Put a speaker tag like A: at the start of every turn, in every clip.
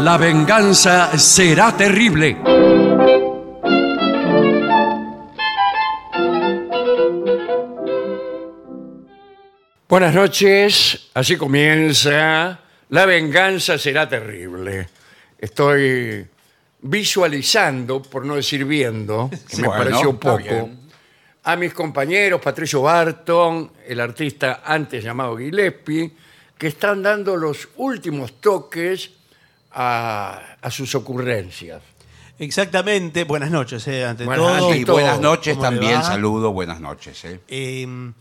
A: La venganza será terrible. Buenas noches, así comienza. La venganza será terrible. Estoy visualizando, por no decir viendo, que me
B: Bueno,
A: pareció
B: está
A: poco,
B: bien.
A: a mis compañeros Patricio Barton, el artista antes llamado Gillespie, que están dando los últimos toques a, a sus ocurrencias.
C: Exactamente, buenas noches, eh, ante
A: Buenas
C: todo.
A: noches,
B: Y buenas noches
C: ¿Cómo le
B: también,
C: va?
B: saludo, buenas noches. ¿eh?
C: Eh,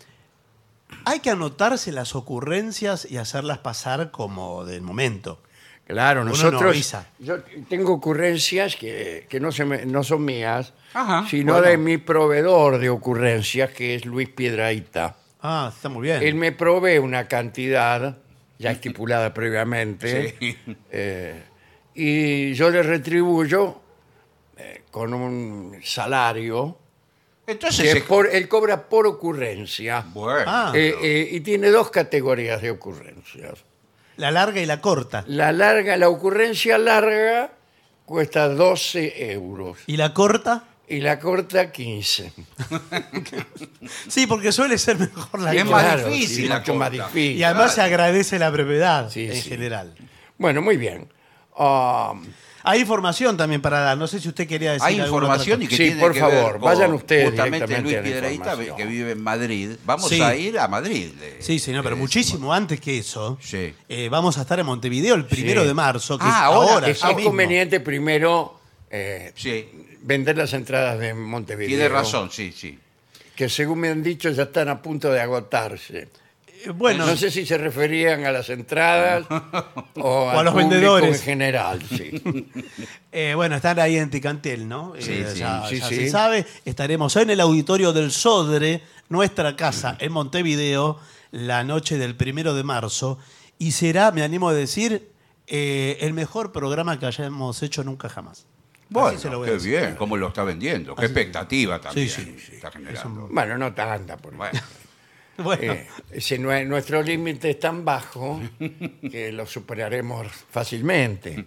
C: hay que anotarse las ocurrencias y hacerlas pasar como del momento.
A: Claro,
C: Uno no
A: nosotros.
C: avisa.
A: yo tengo ocurrencias que, que no, se me- no son mías,
B: Ajá,
A: sino
B: bueno.
A: de mi proveedor de ocurrencias, que es Luis Piedraita.
C: Ah, está muy bien.
A: Él me provee una cantidad ya estipulada previamente
B: Sí.
A: eh, y yo le retribuyo eh, con un salario
B: Entonces,
A: que
B: se-
A: por- él cobra por ocurrencia
B: bueno,
C: Ah.
A: Eh, eh, y tiene dos categorías de ocurrencias.
C: La larga y la corta.
A: La larga, la ocurrencia larga cuesta 12 euros
C: ¿Y la corta?
A: y la corta 15.
C: Sí, porque suele ser mejor la
B: Es
C: corta.
B: más Ah. difícil
A: sí,
B: la
A: mucho más
B: corta.
A: difícil.
C: Y además se agradece la brevedad
A: Sí,
C: en
A: sí.
C: general.
A: Bueno, muy bien. Ah,
C: Hay información también para dar. No sé si usted quería decir
B: hay
C: alguna otra
B: información y
C: cosa.
B: que
A: Sí,
B: tiene
A: por
B: que
A: favor,
B: ver con
A: vayan ustedes
B: Justamente
A: directamente
B: Luis
A: a la
B: Piedreita,
A: información.
B: que vive en Madrid. Vamos
C: Sí.
B: a ir a Madrid. eh, le-
C: Sí, señor, pero
B: le
C: muchísimo antes que eso.
B: Sí.
C: eh, vamos a estar en Montevideo el primero
A: Sí.
C: de marzo, que
B: Ah,
C: es
B: ahora,
C: ahora.
A: es
B: ya
A: es
B: mismo.
A: conveniente primero eh,
B: Sí,
A: vender las entradas de Montevideo.
B: tiene razón, sí, sí.
A: Que según me han dicho ya están a punto de agotarse.
C: Eh, Bueno,
A: no sé si se referían a las entradas o, al
C: a los
A: público
C: vendedores.
A: en general. Sí.
C: Eh, bueno, están ahí en Ticantel, ¿no? Eh,
B: Sí, sí,
C: ya
A: sí,
C: ya
A: sí.
C: se sabe. Estaremos en el auditorio del Sodre, nuestra casa, en Montevideo, la noche del primero de marzo. Y será, me animo a decir, eh, el mejor programa que hayamos hecho nunca jamás.
B: Bueno,
C: Así se lo voy a
B: qué
C: decir.
B: bien, cómo lo está vendiendo, qué expectativa también
C: Sí, sí, sí.
B: está generando.
A: Bueno, no tanta. Por
B: Bueno,
C: Bueno,
A: Eh, si nue- nuestro límite es tan bajo que lo superaremos fácilmente.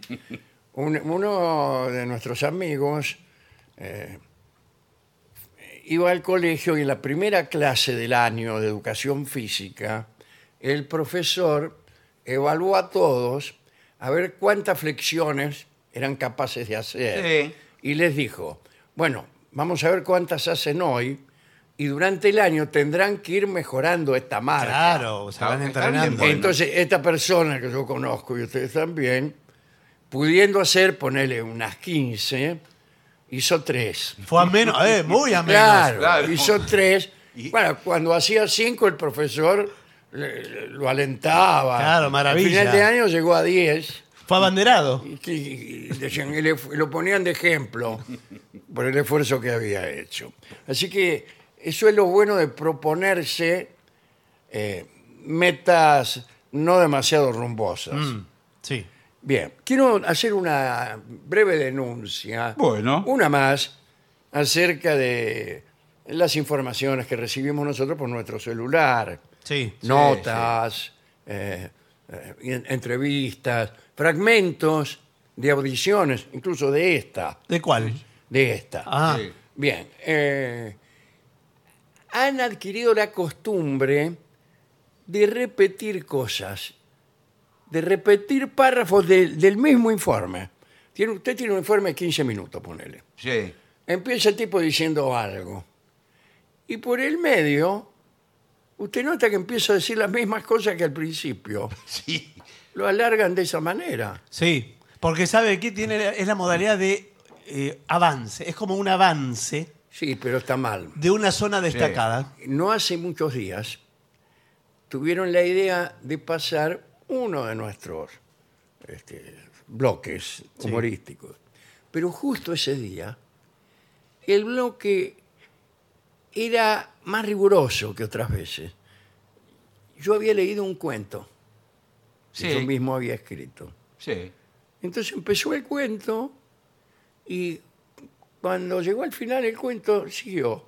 A: Un- uno de nuestros amigos eh, iba al colegio y en la primera clase del año de educación física, el profesor evaluó a todos a ver cuántas flexiones eran capaces de hacer.
B: Sí.
A: Y les dijo, bueno, vamos a ver cuántas hacen hoy y durante el año tendrán que ir mejorando esta marca.
C: ah, claro, se
B: Está-
C: van
B: está bien,
C: entrenando.
B: bueno.
A: Entonces, esta persona que yo conozco y ustedes también, pudiendo hacer, ponerle unas 15, hizo 3.
C: Fue a menos, eh, muy a menos.
A: Claro,
B: claro.
A: hizo 3.
B: Y-
A: Bueno, cuando hacía 5 el profesor le- le- lo alentaba.
C: Claro, maravilla.
A: Al final de año llegó a 10
C: Fue abanderado.
A: y, que- y decían, el ef- lo ponían de ejemplo por el esfuerzo que había hecho. Así que eso es lo bueno de proponerse eh, metas no demasiado rumbosas.
C: Mm, sí.
A: Bien, quiero hacer una breve denuncia.
B: Bueno.
A: Una más acerca de las informaciones que recibimos nosotros por nuestro celular.
C: Sí.
A: Notas, eh, eh, en- entrevistas, fragmentos de audiciones, incluso de esta,
C: ¿De cuál?
A: de esta.
C: Ah,
B: Sí.
A: Bien. eh, han adquirido la costumbre de repetir cosas, de repetir párrafos del- del mismo informe. Tiene- usted tiene un informe de 15 minutos, ponele.
B: sí.
A: Empieza el tipo diciendo algo. Y por el medio, usted nota que empieza a decir las mismas cosas que al principio.
B: Sí,
A: Lo alargan de esa manera.
C: sí. Porque sabe que tiene, es la modalidad de eh, avance. Es como un avance.
A: Sí, pero está mal.
C: de una zona destacada.
A: no hace muchos días tuvieron la idea de pasar uno de nuestros este, bloques humorísticos. Pero justo ese día, el bloque era más riguroso que otras veces. Yo había leído un cuento que
B: Sí.
A: yo mismo había escrito.
B: sí.
A: Entonces empezó el cuento y cuando llegó al final el cuento siguió.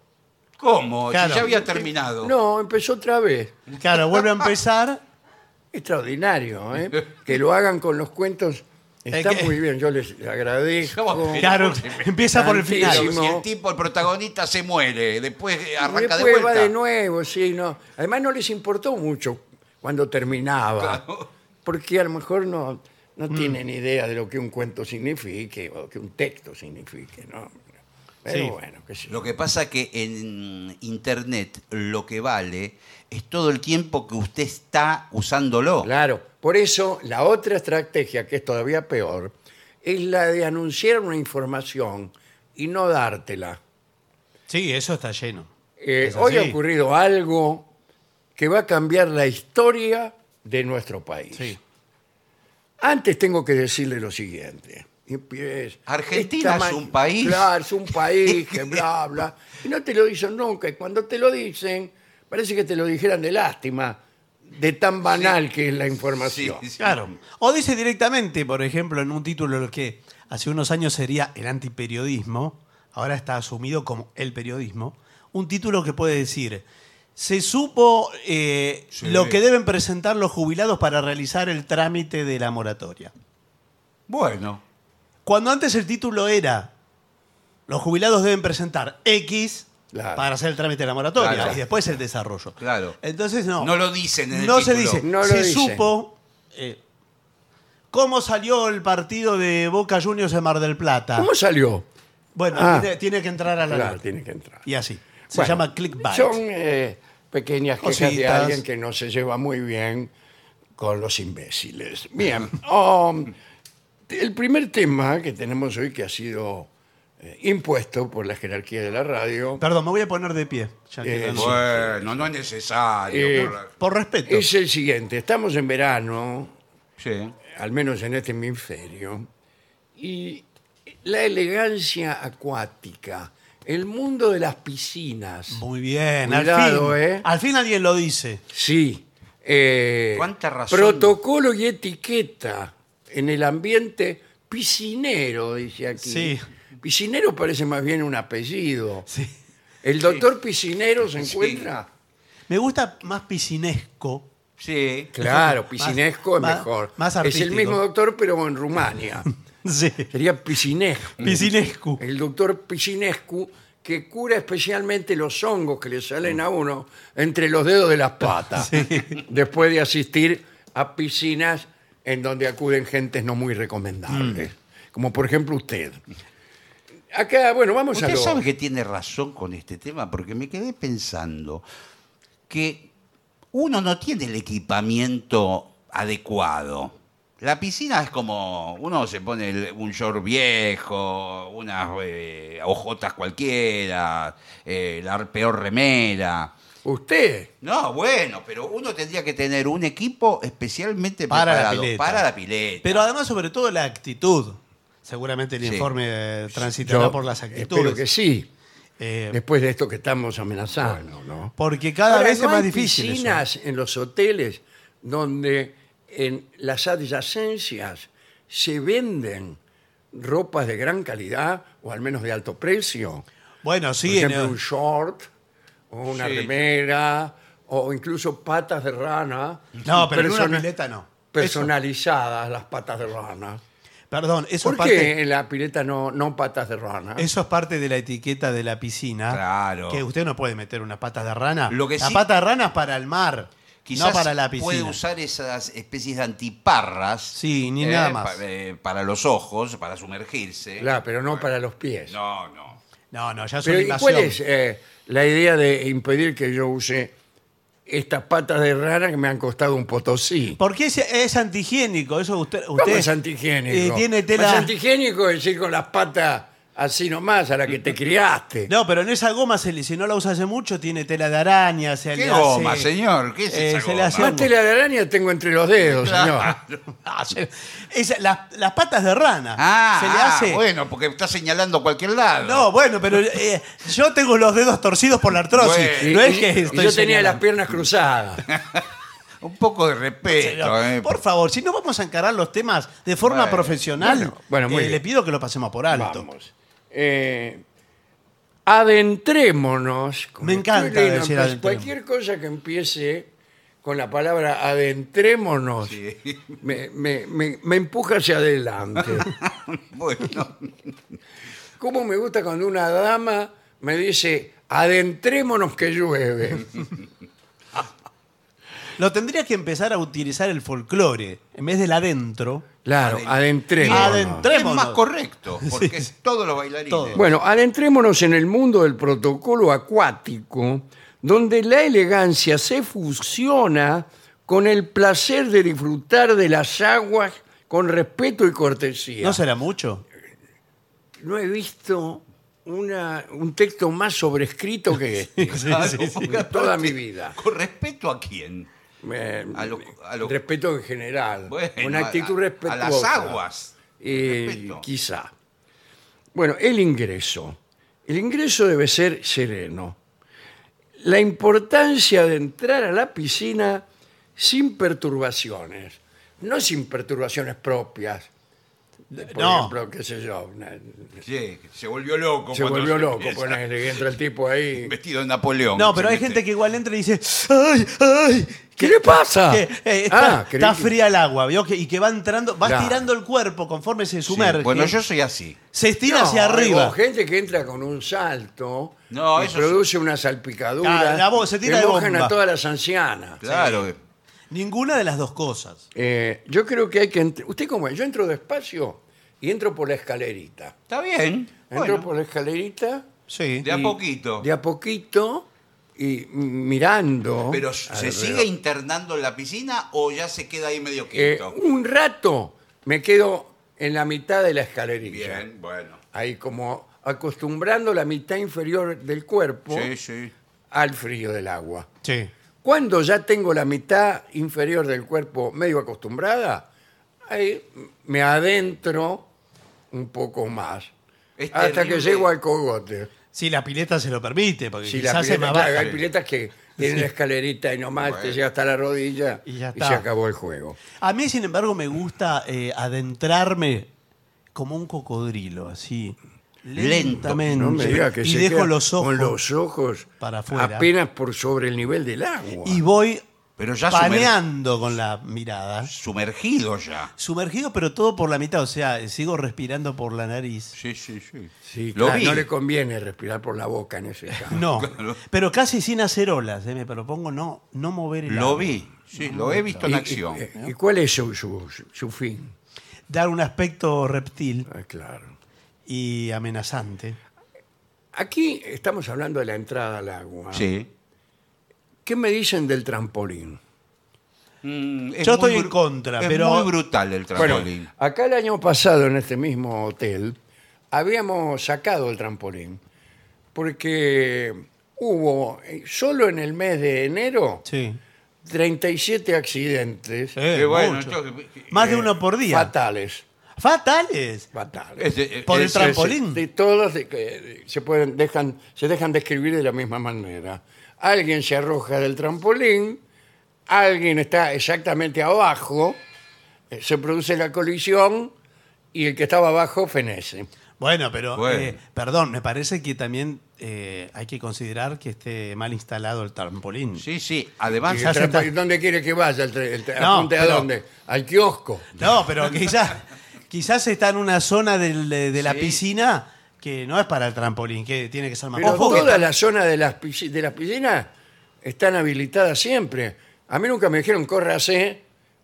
B: ¿Cómo? Si
C: Claro.
B: ya había terminado.
A: No, empezó otra vez.
C: Claro, vuelve a empezar.
A: Extraordinario, ¿eh? que lo hagan con los cuentos Está
C: Eh, que-
A: muy bien, yo les agradezco.
B: ¿Cómo?
C: Claro,
B: Escúcheme.
C: empieza por el final.
B: Pero
A: Sí,
B: si
A: no.
B: el tipo, el protagonista, se muere, después eh, arranca de
A: Después
B: vuelta.
A: va de nuevo, sí, no. Además no les importó mucho cuando terminaba,
B: Ah.
A: porque a lo mejor no, no
C: Mm.
A: tienen idea de lo que un cuento signifique o que un texto signifique, ¿no? Pero
C: Sí.
A: bueno, qué sé yo.
B: Lo que pasa que en internet lo que vale es todo el tiempo que usted está usándolo.
A: Claro, por eso la otra estrategia, que es todavía peor, es la de anunciar una información y no dártela.
C: Sí, eso está lleno.
A: Eh,
C: Es
A: hoy ha
C: así.
A: ocurrido algo que va a cambiar la historia de nuestro país.
C: Sí.
A: Antes tengo que decirle lo siguiente. Empieza,
B: Argentina
A: esta
B: es
A: ma-
B: un país.
A: Claro, es un país que bla, bla. Y no te lo dicen nunca. Y cuando te lo dicen, parece que te lo dijeran de lástima, de tan banal que es la información.
B: Sí, sí.
C: Claro. O dice directamente, por ejemplo, en un título que hace unos años sería el antiperiodismo, ahora está asumido como el periodismo, un título que puede decir, se supo eh,
B: Sí.
C: lo que deben presentar los jubilados para realizar el trámite de la moratoria.
B: Bueno,
C: Cuando antes el título era, los jubilados deben presentar X
A: Claro.
C: para hacer el trámite de la moratoria
B: Claro.
C: y después el desarrollo.
B: Claro.
C: Entonces no.
B: No lo dicen en el
C: No se
B: título.
C: dice.
A: No lo
C: se
A: dicen.
C: supo eh, cómo salió el partido de Boca Juniors en Mar del Plata.
A: ¿Cómo salió?
C: Bueno,
A: Ah.
C: tiene, tiene que entrar a la
A: Claro,
C: nota.
A: tiene que entrar.
C: Y así. Se
A: Bueno,
C: llama clickbait.
A: Son eh, pequeñas quejas de
C: Cositas.
A: alguien que no se lleva muy bien con los imbéciles. Bien, um, el primer tema que tenemos hoy que ha sido eh, impuesto por la jerarquía de la radio
C: Perdón, me voy a poner de pie. ya que
A: Eh,
C: no-
B: bueno, no es necesario.
A: Eh,
B: por-
C: Por respeto.
A: es el siguiente. Estamos en verano,
B: Sí.
A: al menos en este hemisferio, y la elegancia acuática, el mundo de las piscinas.
C: Muy bien.
A: Cuidado,
C: al, fin,
A: eh.
C: al fin alguien lo dice.
A: Sí. eh,
B: ¿Cuánta razón?
A: Protocolo y etiqueta en el ambiente piscinero, dice aquí.
C: Sí.
A: Piscinero parece más bien un apellido.
C: Sí.
A: El doctor Piscinero se encuentra.
C: Me gusta más piscinesco.
B: Sí.
A: Claro, piscinesco
C: Más-
A: es mejor. es
C: más
A: el
C: artístico.
A: mismo doctor, pero en Rumania.
C: Sí.
A: Sería piscinesco.
C: Piscinescu.
A: El doctor Piscinescu que cura especialmente los hongos que le salen a uno entre los dedos de las patas. Después de asistir a piscinas en donde acuden gentes no muy recomendables. Como por ejemplo usted. Acá, bueno, vamos a
B: Usted
A: lo-
B: sabe que tiene razón con este tema, porque me quedé pensando que uno no tiene el equipamiento adecuado. La piscina es como, uno se pone el- un short viejo, unas eh, ojotas cualquiera, eh, la peor remera.
A: Usted.
B: No, bueno, pero uno tendría que tener un equipo especialmente
C: Para la
B: preparado
C: pileta.
B: para la pileta.
C: Pero además, sobre todo, la actitud. Seguramente el
B: Sí.
C: informe eh, transitará
A: yo
C: por las
A: Espero
C: actitudes.
A: que sí.
C: Eh,
A: Después de esto que estamos amenazando, ¿no?
C: porque cada
A: Ahora,
C: vez
A: ¿no
C: es más
A: hay
C: difícil. eso?
A: piscinas en los hoteles donde en las adyacencias se venden ropas de gran calidad o al menos de alto precio.
C: Bueno,
A: Por
C: sí, en,
A: ejemplo, un short o una
B: Sí.
A: remera o incluso patas de rana.
C: No, pero en una
A: Persona-
C: pileta no.
A: Personalizadas las patas de rana.
C: perdón, eso
A: ¿Por
C: es, parte,
A: qué en la pileta no, no patas de rana?
C: eso es parte de la etiqueta de la piscina.
B: Claro.
C: Que usted no puede meter una pata de rana.
B: Lo que
C: la
B: sí-
C: pata de rana es para el mar,
B: Quizás
C: no para la piscina.
B: puede usar esas especies de antiparras.
C: Sí, ni nada más.
B: pa- eh, para los ojos, para sumergirse.
A: Claro, pero no para los pies.
B: No, no.
C: No, no, ya es
A: Pero
C: una
A: ¿y
C: invasión.
A: cuál es eh, la idea de impedir que yo use estas patas de rana que me han costado un potosí?
C: Porque es, es antihigiénico, eso usted...
A: ¿Cómo
C: usted
A: es antihigiénico?
C: eh, tiene
A: Más
C: tela...
A: antihigiénico es ir con las patas así nomás a la que te criaste.
C: No, pero en esa goma, se le- si no la usa hace mucho, tiene tela de araña, se
B: ¿Qué
C: le
B: goma,
C: hace-
B: señor? ¿Qué es
C: Eh,
B: esa
C: se le
B: goma?
C: hace-
A: Más tela de araña tengo entre los dedos, señor.
B: Claro.
C: Ah, se- esa- las, las patas de rana.
B: Ah,
C: se le
B: ah,
C: hace...
B: bueno, porque está señalando cualquier lado.
C: No, bueno, pero eh, yo tengo los dedos torcidos por la artrosis.
B: Bueno,
C: no es
A: Y-
C: que
A: y yo
C: estoy
A: tenía las
C: señalando.
A: piernas cruzadas.
B: Un poco de respeto. eh.
C: Por favor, si no vamos a encarar los temas de forma
B: Bueno,
C: profesional,
A: bueno, bueno, muy
C: eh,
A: bien.
C: le pido que lo pasemos por alto.
A: Vamos. Eh, adentrémonos. como
C: Me encanta
A: estoy leyendo,
C: decir
A: pues,
C: adentrémonos.
A: Cualquier cosa que empiece con la palabra adentrémonos me, me- me- me empuja hacia adelante.
B: Bueno,
A: ¿Cómo me gusta cuando una dama me dice adentrémonos que llueve?
C: Lo tendrías que empezar a utilizar el folclore en vez del adentro.
A: Claro, adentrémonos.
C: Adentrémonos.
B: es más
C: Trémonos.
B: correcto, porque
C: Sí.
B: es todos los bailarines.
C: Todo.
A: Bueno, adentrémonos en el mundo del protocolo acuático, donde la elegancia se fusiona con el placer de disfrutar de las aguas con respeto y cortesía.
C: ¿No será mucho?
A: No he visto una- un texto más sobrescrito que este
B: Claro,
C: Sí, sí, sí.
B: porque
A: toda
B: aparte,
A: mi vida.
B: ¿Con respeto a quién?
A: Eh,
B: A lo- a lo-
A: respeto en general,
B: Bueno,
A: una
B: a-
A: actitud
B: a- a
A: respetuosa.
B: las aguas,
A: Eh,
B: respeto.
A: quizá. Bueno, el ingreso. El ingreso debe ser sereno. La importancia de entrar a la piscina sin perturbaciones. No sin perturbaciones propias. Por
C: no.
A: ejemplo, qué sé yo, una-
B: Sí, se volvió loco.
A: se
B: cuando
A: volvió loco,
B: empieza.
A: ponele, que entra el tipo ahí.
B: Vestido de Napoleón.
C: No, pero
B: Se
C: hay
B: mete.
C: gente que igual entra y dice, ¡ay, ay!
A: ¿Qué le pasa?
C: que, eh, está,
A: Ah, creí
C: está
A: que-
C: fría el agua, ¿vio? Que- y que va entrando, va
A: Claro.
C: estirando el cuerpo conforme se
B: Sí,
C: sumerge.
B: Bueno, yo soy así.
C: Se estira
A: No,
C: hacia arriba.
A: O gente que entra con un salto
B: No,
A: y
B: eso
A: produce una salpicadura
C: Ah, la bo- se tira
A: que
C: de
A: mojan
C: bomba.
A: a todas las ancianas.
B: Claro.
C: Ninguna de las dos cosas.
A: Eh, yo creo que hay que... entr- ¿Usted cómo es? Yo entro despacio y entro por la escalerita.
B: Está bien.
A: Entro
B: Bueno,
A: por la escalerita
C: Sí.
B: de a
A: y-
B: poquito.
A: de a poquito y mirando.
B: Pero ¿se
A: alrededor.
B: sigue internando en la piscina o ya se queda ahí medio
A: Eh,
B: quieto?
A: un rato me quedo en la mitad de la escalerilla.
B: Bien, bueno.
A: Ahí como acostumbrando la mitad inferior del cuerpo
B: Sí, sí.
A: al frío del agua.
C: Sí.
A: Cuando ya tengo la mitad inferior del cuerpo medio acostumbrada, ahí me adentro un poco más.
B: Es
A: hasta
B: terrible.
A: que llego al cogote.
C: Si la pileta se lo permite, porque
A: Si la
C: quizás se
A: pileta-
C: me
A: claro,
C: baja.
A: hay piletas que tienen la escalerita y nomás te
B: Bueno.
A: llega hasta la rodilla
C: Y ya
A: se
C: está.
A: acabó el juego.
C: A mí, sin embargo, me gusta eh, adentrarme como un cocodrilo, así. Lentamente.
A: No me diga que
C: y
A: se
C: dejo
A: queda
C: los ojos.
A: con los ojos
C: para afuera.
A: apenas por sobre el nivel del agua.
C: Y voy
B: Pero ya sumer-
C: paneando con la mirada.
B: sumergido ya.
C: Sumergido, pero todo por la mitad. O sea, eh, sigo respirando por la nariz.
B: Sí, sí, sí.
A: Sí,
B: Lo
A: claro,
B: vi.
A: No le conviene respirar por la boca en ese caso.
C: No,
B: Claro.
C: pero casi sin hacer olas. eh, me propongo no, no mover el
B: Lo
C: agua.
B: vi. Sí, lo he visto
A: ¿Y, eh, y-
B: en acción.
A: y- y cuál es su, su- su fin?
C: Dar un aspecto reptil
A: Ah, claro.
C: y amenazante.
A: Aquí estamos hablando de la entrada al agua.
B: Sí.
A: ¿Qué me dicen del trampolín?
B: Mm, es
C: Yo
B: muy
C: estoy en
B: bru-
C: contra,
B: es
C: pero-
B: muy brutal el trampolín.
A: Bueno, acá el año pasado en este mismo hotel habíamos sacado el trampolín porque hubo eh, solo en el mes de enero
C: Sí.
A: 37 accidentes
C: Eh,
B: Qué bueno,
C: mucho.
B: yo-
C: Más de
A: eh,
C: uno por día. Este,
A: fatales,
C: Fatales.
A: fatales.
B: Ese-
C: Por el
B: ese-
C: trampo- trampolín.
A: De todos de que se pueden dejan se dejan describir de la misma manera. Alguien se arroja del trampolín, alguien está exactamente abajo, eh, se produce la colisión y el que estaba abajo fenece.
C: Bueno, pero
B: Bueno.
C: eh, perdón, me parece que también eh, hay que considerar que esté mal instalado el trampolín.
B: Sí, sí.
A: Y
B: Además,
A: el
C: Ah, Ya se está.
A: trampolín, ¿Dónde quiere que vaya? El tra- el tra-
C: No,
A: apunte
C: pero-
A: a dónde? Al kiosco.
C: No, pero quizás quizás está en una zona del- de, de la
B: Sí.
C: piscina que no es para el trampolín, que tiene que ser más
A: Pero
C: Ojo que
A: toda
C: está-
A: la zona de las, pisci- de las piscinas están habilitadas siempre. A mí nunca me dijeron, córrase,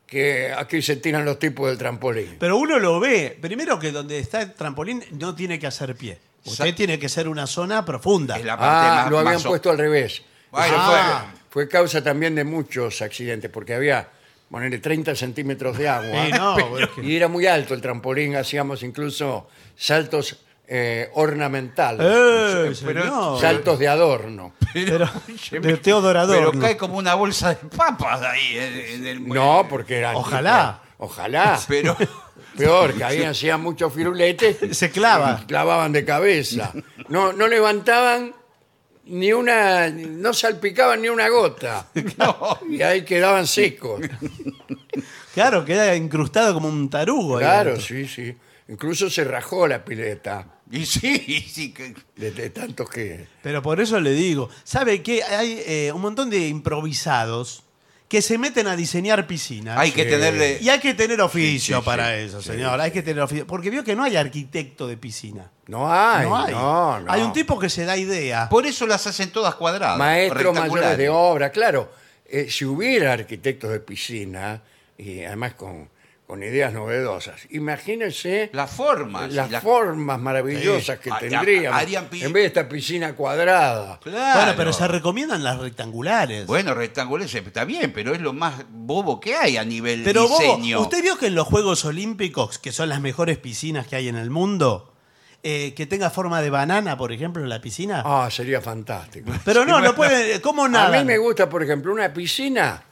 A: que aquí se tiran los tipos del trampolín.
C: Pero uno lo ve. Primero que donde está el trampolín no tiene que hacer pie. Usted
B: Sa-
C: tiene que ser una zona profunda.
B: es la parte
A: Ah,
B: más-
A: lo habían
B: más o-
A: puesto al revés.
B: Bueno,
A: Eso
B: ah.
A: fue, fue causa también de muchos accidentes, porque había, ponerle 30 centímetros de agua.
C: Sí, no, es que-
A: Y era muy alto el trampolín, hacíamos incluso saltos eh, ornamentales,
C: ¡Eh,
B: Pero-
C: señor!
A: saltos de adorno.
C: Pero- de Teodoro Adorno.
B: Pero cae como una bolsa de papas ahí eh, en, en el
A: No, porque era...
C: Ojalá.
A: Ojalá.
B: Pero
A: Peor, que habían hacían muchos firuletes.
C: Se clava.
A: y Clavaban de cabeza. No, no levantaban ni una. No salpicaban ni una gota.
B: no.
A: Y ahí quedaban secos.
C: Claro, queda incrustado como un tarugo. ahí
A: Claro,
C: adentro.
A: sí, sí. Incluso se rajó la pileta
B: Y sí, y sí. que-
A: de, de tantos que.
C: Pero por eso le digo, ¿sabe qué? Hay eh, un montón de improvisados que se meten a diseñar piscinas.
A: Ah,
B: Hay que tenerle.
C: Y hay que tener oficio
B: Sí, sí,
C: para
B: sí,
C: eso,
B: sí,
C: señor. hay que tener oficio. Porque vio que no hay arquitecto de piscina.
A: No hay.
C: no hay.
A: no, no.
C: Hay un tipo que se da idea.
B: Por eso las hacen todas cuadradas.
A: Maestros mayores
B: rectangulares.
A: de obra, claro. Eh, si hubiera arquitectos de piscina, y además con, con ideas novedosas, imagínense
B: Las formas.
A: las
B: y las-
A: formas maravillosas
B: Sí.
A: que
B: Ha- ha-
A: tendríamos
B: harían pi-
A: en vez de esta piscina cuadrada.
B: Claro.
C: Bueno, pero se recomiendan las rectangulares.
B: Bueno, rectangulares está bien, pero es lo más bobo que hay a nivel
C: pero
B: diseño.
C: Bobo, usted vio que en los Juegos Olímpicos, que son las mejores piscinas que hay en el mundo, eh, que tenga forma de banana, por ejemplo, la piscina.
A: Ah, sería fantástico.
C: Pero no, no puede. ¿Cómo nada?
A: A mí me gusta, por ejemplo, una piscina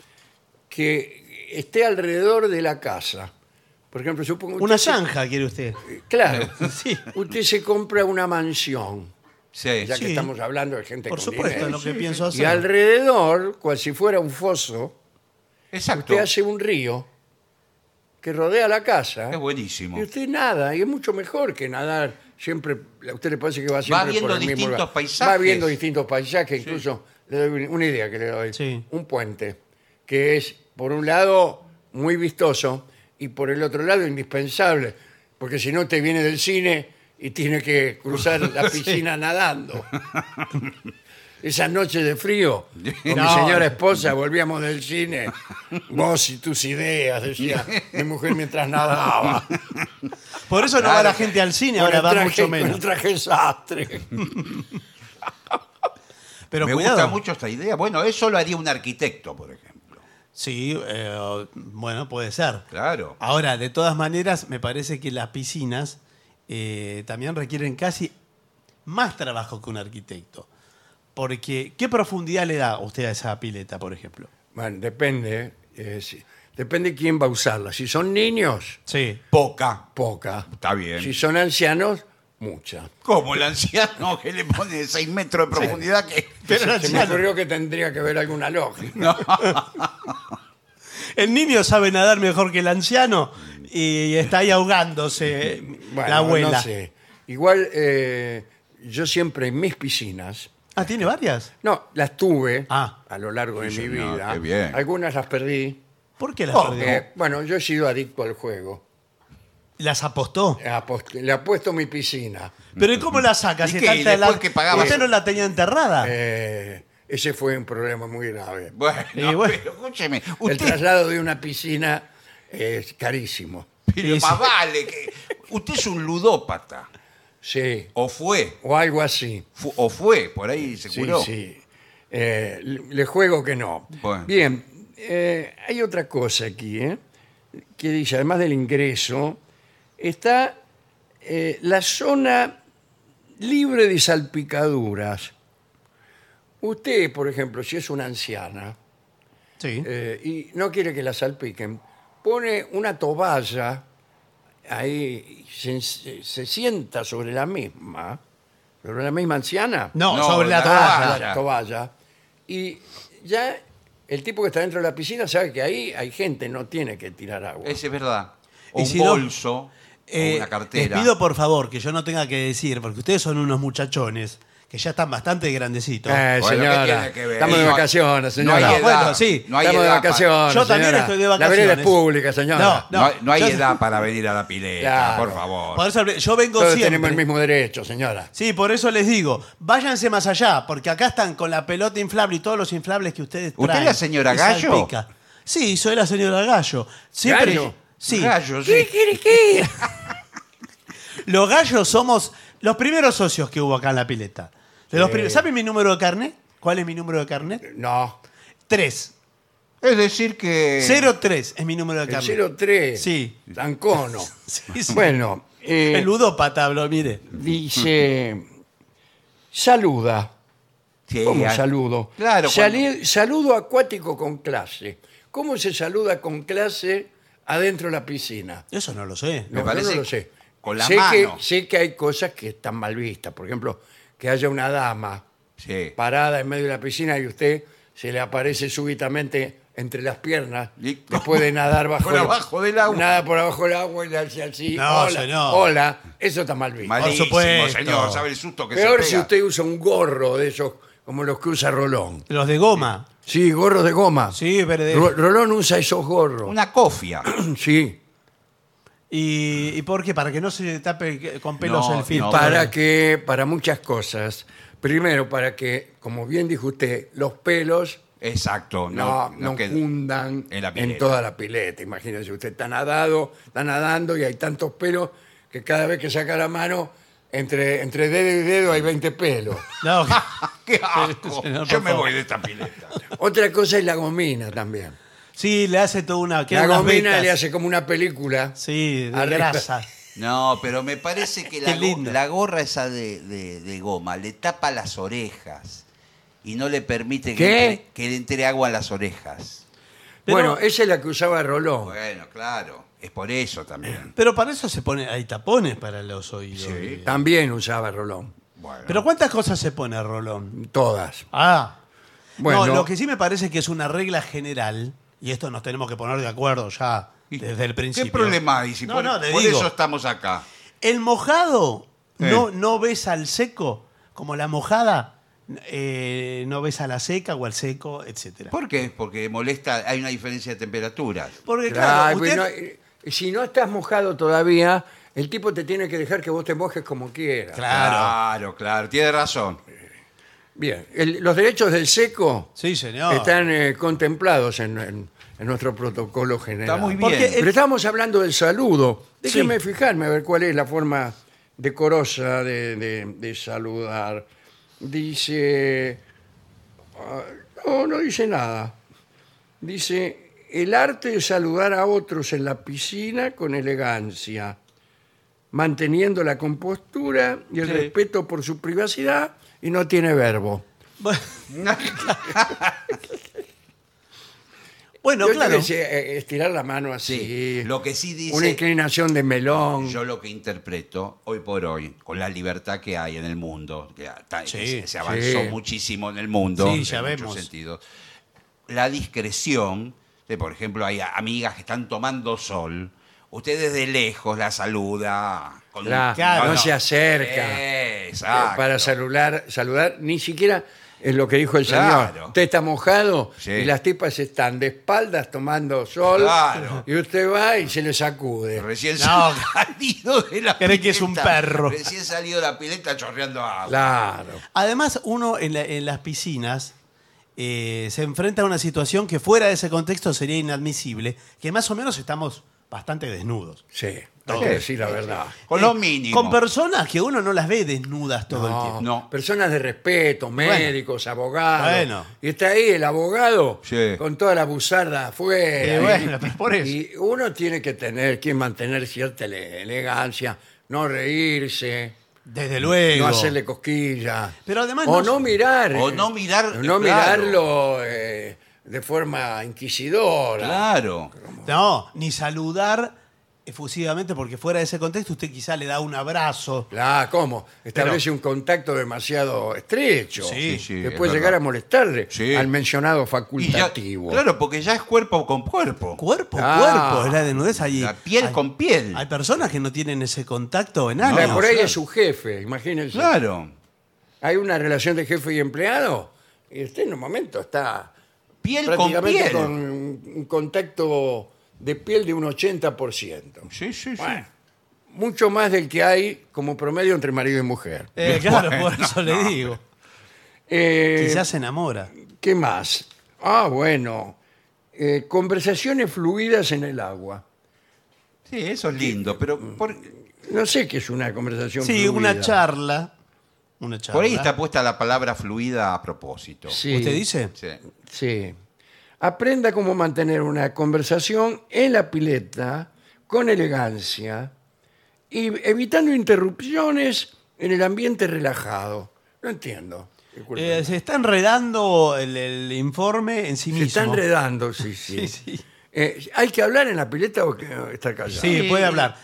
A: que esté alrededor de la casa. Por ejemplo, supongo...
C: Una
A: usted-
C: zanja, quiere usted.
A: Claro.
C: Sí.
A: Usted se compra una mansión,
B: Sí.
A: ya que
C: Sí.
A: estamos hablando de gente
C: Por
A: con
C: supuesto,
A: dinero.
C: es lo que pienso
A: Y
C: hacer.
A: alrededor, cual si fuera un foso,
B: Exacto.
A: usted hace un río que rodea la casa.
B: Es buenísimo.
A: Y usted nada, y es mucho mejor que nadar siempre. A usted le parece que va siempre
B: viendo
A: por el mismo
B: distintos
A: lugar.
B: paisajes.
A: Va viendo distintos paisajes, incluso le doy un- una idea que le doy.
C: Sí.
A: Un puente, que es por un lado muy vistoso y por el otro lado indispensable, porque si no te viene del cine y tiene que cruzar la piscina nadando. Esas noches de frío, con mi
C: No.
A: señora esposa volvíamos del cine, vos y tus ideas, decía mi mujer mientras nadaba.
C: Por eso no va
B: Claro.
C: la gente al cine, ahora
A: Con el
C: va
A: traje-
C: mucho
A: con
C: menos.
A: el traje sastre.
C: Pero
B: Me
C: cuidado.
B: gusta mucho esta idea. Bueno, eso lo haría un arquitecto, por ejemplo.
C: Sí, eh, bueno, puede ser.
B: Claro.
C: Ahora, de todas maneras, me parece que las piscinas eh, también requieren casi más trabajo que un arquitecto. Porque, ¿qué profundidad le da usted a esa pileta, por ejemplo?
A: Bueno, depende, eh, si- depende quién va a usarla. Si son niños,
C: Sí.
B: Poca.
A: poca.
B: Está bien.
A: Si son ancianos, mucha.
B: Como el anciano que le pone 6 metros de profundidad que...
C: Pero el,
A: Se me
C: anciano-
A: ocurrió que tendría que ver alguna lógica.
C: el niño sabe nadar mejor que el anciano y está ahí ahogándose
A: Bueno,
C: la abuela.
A: no sé. Igual, eh, yo siempre en mis piscinas,
C: Ah, ¿tiene varias?
A: no, las tuve
C: Ah.
A: a lo largo de
B: Sí,
A: mi
B: señor,
A: vida.
B: qué bien.
A: Algunas las perdí.
C: ¿Por qué las
B: Oh,
C: perdió?
A: Eh, bueno, yo he sido adicto al juego.
C: ¿Las apostó?
A: Apost- Le apuesto mi piscina.
C: ¿Pero y cómo la saca?
B: ¿Y
C: Si
B: qué?
C: está
B: ¿Y
C: alta
B: después
C: la-
B: qué pagaba?
C: ¿Usted no la tenía enterrada?
A: Eh, ese fue un problema muy grave.
B: Bueno,
C: Y bueno.
B: pero escúcheme.
A: El
B: Usted,
A: traslado de una piscina es carísimo.
B: pero más vale que... Usted es un ludópata.
A: Sí,
B: O fue.
A: o algo así.
B: Fu- o fue. Por ahí se
A: Sí,
B: curó.
A: sí. Eh, le le juego que no.
B: Bueno.
A: Bien, eh, hay otra cosa aquí, ¿eh? que dice, además del ingreso, está eh, la zona libre de salpicaduras. Usted, por ejemplo, si es una anciana,
C: sí.
A: eh, y no quiere que la salpiquen, pone una toalla ahí, se, se sienta sobre la misma, sobre la misma anciana. Ah,
C: no,
B: no,
C: sobre la
B: la
C: toalla.
B: toalla.
A: la toalla, y ya el tipo que está dentro de la piscina sabe que ahí hay gente, no tiene que tirar agua.
B: Ese es verdad. O
C: Y
B: un
C: si no-
B: bolso.
C: Eh,
B: o una cartera.
C: Les pido por favor que yo no tenga que decir, porque ustedes son unos muchachones que ya están bastante grandecitos.
A: Eh,
B: Bueno, ¿qué
A: señora,
B: tiene que ver?
A: estamos de
B: No,
A: vacaciones,
B: no
A: señora.
B: hay edad.
C: bueno, sí,
B: No hay
A: estamos de
B: edad para-
A: vacaciones.
C: Yo también
A: señora.
C: estoy de
A: La vereda es
C: vacaciones.
A: pública, señora.
C: No,
B: No, no hay
C: yo-
B: edad para venir a la pileta,
A: Claro.
B: por favor.
C: Por eso hablé- yo vengo
A: Todos
C: siempre.
A: tenemos el mismo derecho, señora.
C: Sí, por eso les digo, váyanse más allá, porque acá están con la pelota inflable y todos los inflables que ustedes
B: ¿Usted
C: traen.
B: es la señora
C: y
B: Gallo?
C: salpica. Sí, soy la señora Gallo. Siempre,
A: ¿Gallo?
C: Sí.
B: Gallo, sí.
C: Los gallos somos los primeros socios que hubo acá en la pileta. De los primeros- ¿Saben mi número de carnet? ¿Cuál es mi número de carnet?
A: No,
C: Tres.
B: Es decir que...
C: 03 es mi número de
A: el
C: carnet.
A: 03.
C: Sí.
A: Tancono.
C: Sí, sí.
A: Bueno, eh,
C: El ludópata habló, mire.
A: dice, saluda.
B: Sí,
A: ¿Cómo
B: a-
A: saludo?
B: Claro,
A: Sali- Saludo acuático con clase. ¿Cómo se saluda con clase adentro de la piscina?
C: Eso no lo sé.
A: No,
B: Me parece
A: yo no lo sé.
B: con la
A: sé
B: mano.
A: Que, sé que hay cosas que están mal vistas. Por ejemplo, que haya una dama
B: Sí.
A: parada en medio de la piscina y usted se le aparece súbitamente entre las piernas
B: Y-
A: después de nadar bajo
B: Por abajo del agua.
A: Nada por abajo del agua y le hace así.
C: No,
A: hola,
C: señor.
A: hola. Eso está mal visto.
B: Malísimo,
C: supuesto.
B: señor, sabe el susto que se
A: Peor
B: pega.
A: si usted usa un gorro de esos como los que usa Rolón.
C: Los de goma.
A: Sí, gorros de goma.
C: Sí, verde.
A: Ro- Rolón usa esos gorros.
B: Una cofia.
A: Sí.
C: ¿Y, y por qué? Para que no se tape con pelos
B: No,
C: el filtro.
B: no,
A: para que, para muchas cosas. Primero, para que, como bien dijo usted, los pelos
B: Exacto.
A: no, no
B: queda-
A: fundan
B: en la
A: en
B: pileta.
A: toda la pileta. Imagínense, usted está nadado, está nadando y hay tantos pelos que cada vez que saca la mano, entre, entre dedo y dedo hay 20 pelos.
C: No,
B: ¡Qué asco!
C: Señor,
B: Yo
C: por
B: me
C: favor.
B: voy de esta pileta.
A: Otra cosa es la gomina también.
C: sí, le hace toda una.
A: La
C: quedan unas
A: gomina
C: vetas.
A: le hace como una película.
C: Sí, de
A: Arriba.
C: grasa.
B: No, pero me parece que la,
C: Qué
B: go-
C: lindo.
B: la gorra esa de, de- de goma le tapa las orejas y no le permite
A: ¿Qué?
B: que, entre, que le entre agua a las orejas.
C: Pero-
A: Bueno, esa es la que usaba Rolón.
B: Bueno, claro, es por eso también.
C: Pero para eso se pone. Hay tapones para los oídos.
B: Sí.
A: También usaba Rolón.
B: Bueno,
C: Pero ¿cuántas cosas se pone Rolón?
A: Todas.
C: Ah.
A: Bueno.
C: No, lo que sí me parece que es una regla general, y esto nos tenemos que poner de acuerdo ya
B: ¿Y
C: desde el
B: ¿qué
C: principio.
B: problema hay? Si
C: No,
B: por
C: no, te
B: por
C: digo.
B: eso estamos acá.
C: El mojado
B: Eh.
C: no, no besa al seco, como la mojada eh, no besa a la seca o al seco, etcétera.
B: ¿Por qué? Porque molesta, hay una diferencia de temperaturas.
C: Porque
A: Claro,
C: claro,
A: bueno,
C: usted-
A: eh, si no estás mojado todavía, el tipo te tiene que dejar que vos te mojes como quieras.
C: claro.
B: claro, claro, tiene razón.
A: Bien, el- los derechos del seco
C: Sí, señor.
A: están eh, contemplados en, en- en nuestro protocolo general.
B: Está muy bien.
C: Porque
A: Pero estábamos hablando del saludo.
C: Sí.
A: Déjeme fijarme a ver cuál es la forma decorosa de, de- de saludar. Dice... ah, No, no dice nada. Dice, el arte de saludar a otros en la piscina con elegancia, manteniendo la compostura y el
C: Sí.
A: respeto por su privacidad y no tiene verbo.
C: Bueno, bueno,
A: Yo
C: claro.
A: creo que, eh, estirar la mano así.
B: Sí, lo que sí dice-
A: Una inclinación de melón.
B: Yo lo que interpreto hoy por hoy, con la libertad que hay en el mundo, que ta-
C: Sí,
B: que se- se avanzó
A: sí.
B: muchísimo en el mundo,
C: Sí, ya
B: en
C: vemos.
B: muchos sentidos, la discreción, de, por ejemplo, hay a- amigas que están tomando sol, usted desde lejos la saluda. con un-
A: Claro,
C: no
A: se acerca.
B: Eh,
A: eh,
B: Exacto.
A: Para saludar, saludar, ni siquiera es lo que dijo el
B: Claro.
A: señor. Usted está mojado
B: Sí.
A: y las tipas están de espaldas tomando sol.
B: Claro.
A: Y usted va y se le sacude.
B: Recién
C: No.
B: salido de la
C: Cree que es un
B: pileta,
C: perro.
B: Recién salido de la pileta chorreando agua.
A: Claro.
C: Además, uno en, la- en las piscinas eh, se enfrenta a una situación que fuera de ese contexto sería inadmisible, que más o menos estamos bastante desnudos. Eh,
A: Sí, hay
B: Todo.
A: que decir la verdad.
B: Con lo mínimo.
C: Con personas que uno no las ve desnudas todo el
A: No,
C: tiempo.
B: No.
A: Personas de respeto, médicos, abogados.
C: Bueno.
A: Y está ahí el abogado
B: Sí.
A: con toda la buzarda afuera.
C: Y
A: Y-
C: bueno, pero por eso.
A: Y uno tiene que tener, que mantener cierta ele- elegancia, no reírse,
C: Desde
A: no
C: luego.
A: hacerle cosquillas.
C: Pero además
A: o
C: no-
A: no, mirar.
B: O
A: eh,
B: no mirar,
A: o
B: claro.
A: no mirarlo eh, de forma inquisidora.
B: Claro.
C: No, ni saludar efusivamente, porque fuera de ese contexto usted quizá le da un abrazo.
A: Claro, ¿cómo? Establece un contacto demasiado estrecho.
C: Sí,
B: sí,
A: que
B: es
A: puede
B: verdad.
A: llegar a molestarle
B: Sí.
A: al mencionado
B: Y ya-
A: facultativo.
B: claro, porque ya es cuerpo con cuerpo.
C: Cuerpo,
A: Ah.
C: cuerpo, es la desnudez allí.
B: La piel
C: Hay-
B: con piel.
C: Hay personas que no tienen ese contacto en
A: O
C: años.
A: sea, por ahí
B: claro.
A: es su jefe, imagínense.
B: Claro.
A: Hay una relación de jefe y empleado, y usted en un momento está
B: Piel con
A: prácticamente
B: piel.
A: con un un contacto de piel de un 80%.
B: Sí, sí, sí.
A: Bueno, mucho más del que hay como promedio entre marido y mujer.
C: Eh, claro,
B: Bueno,
C: por eso le
B: no.
C: digo.
A: Eh,
C: Quizás se enamora.
A: ¿Qué más? Ah, bueno. eh, conversaciones fluidas en el agua.
B: Sí, eso es lindo, pero por,
A: No sé qué es una conversación
C: Sí,
A: fluida.
C: una charla. Una charla.
B: por ahí está puesta la palabra fluida a propósito.
A: Sí.
C: ¿Usted dice?
B: Sí.
A: Sí. Aprenda cómo mantener una conversación en la pileta con elegancia y evitando interrupciones en el ambiente relajado. No entiendo. Disculpe.
C: Eh, se está enredando el, el informe en
A: se
C: sí mismo.
A: está enredando, sí, sí.
C: Sí, sí.
A: Eh, ¿Hay que hablar en la pileta o que- o estar callado?
C: Sí. puede hablar,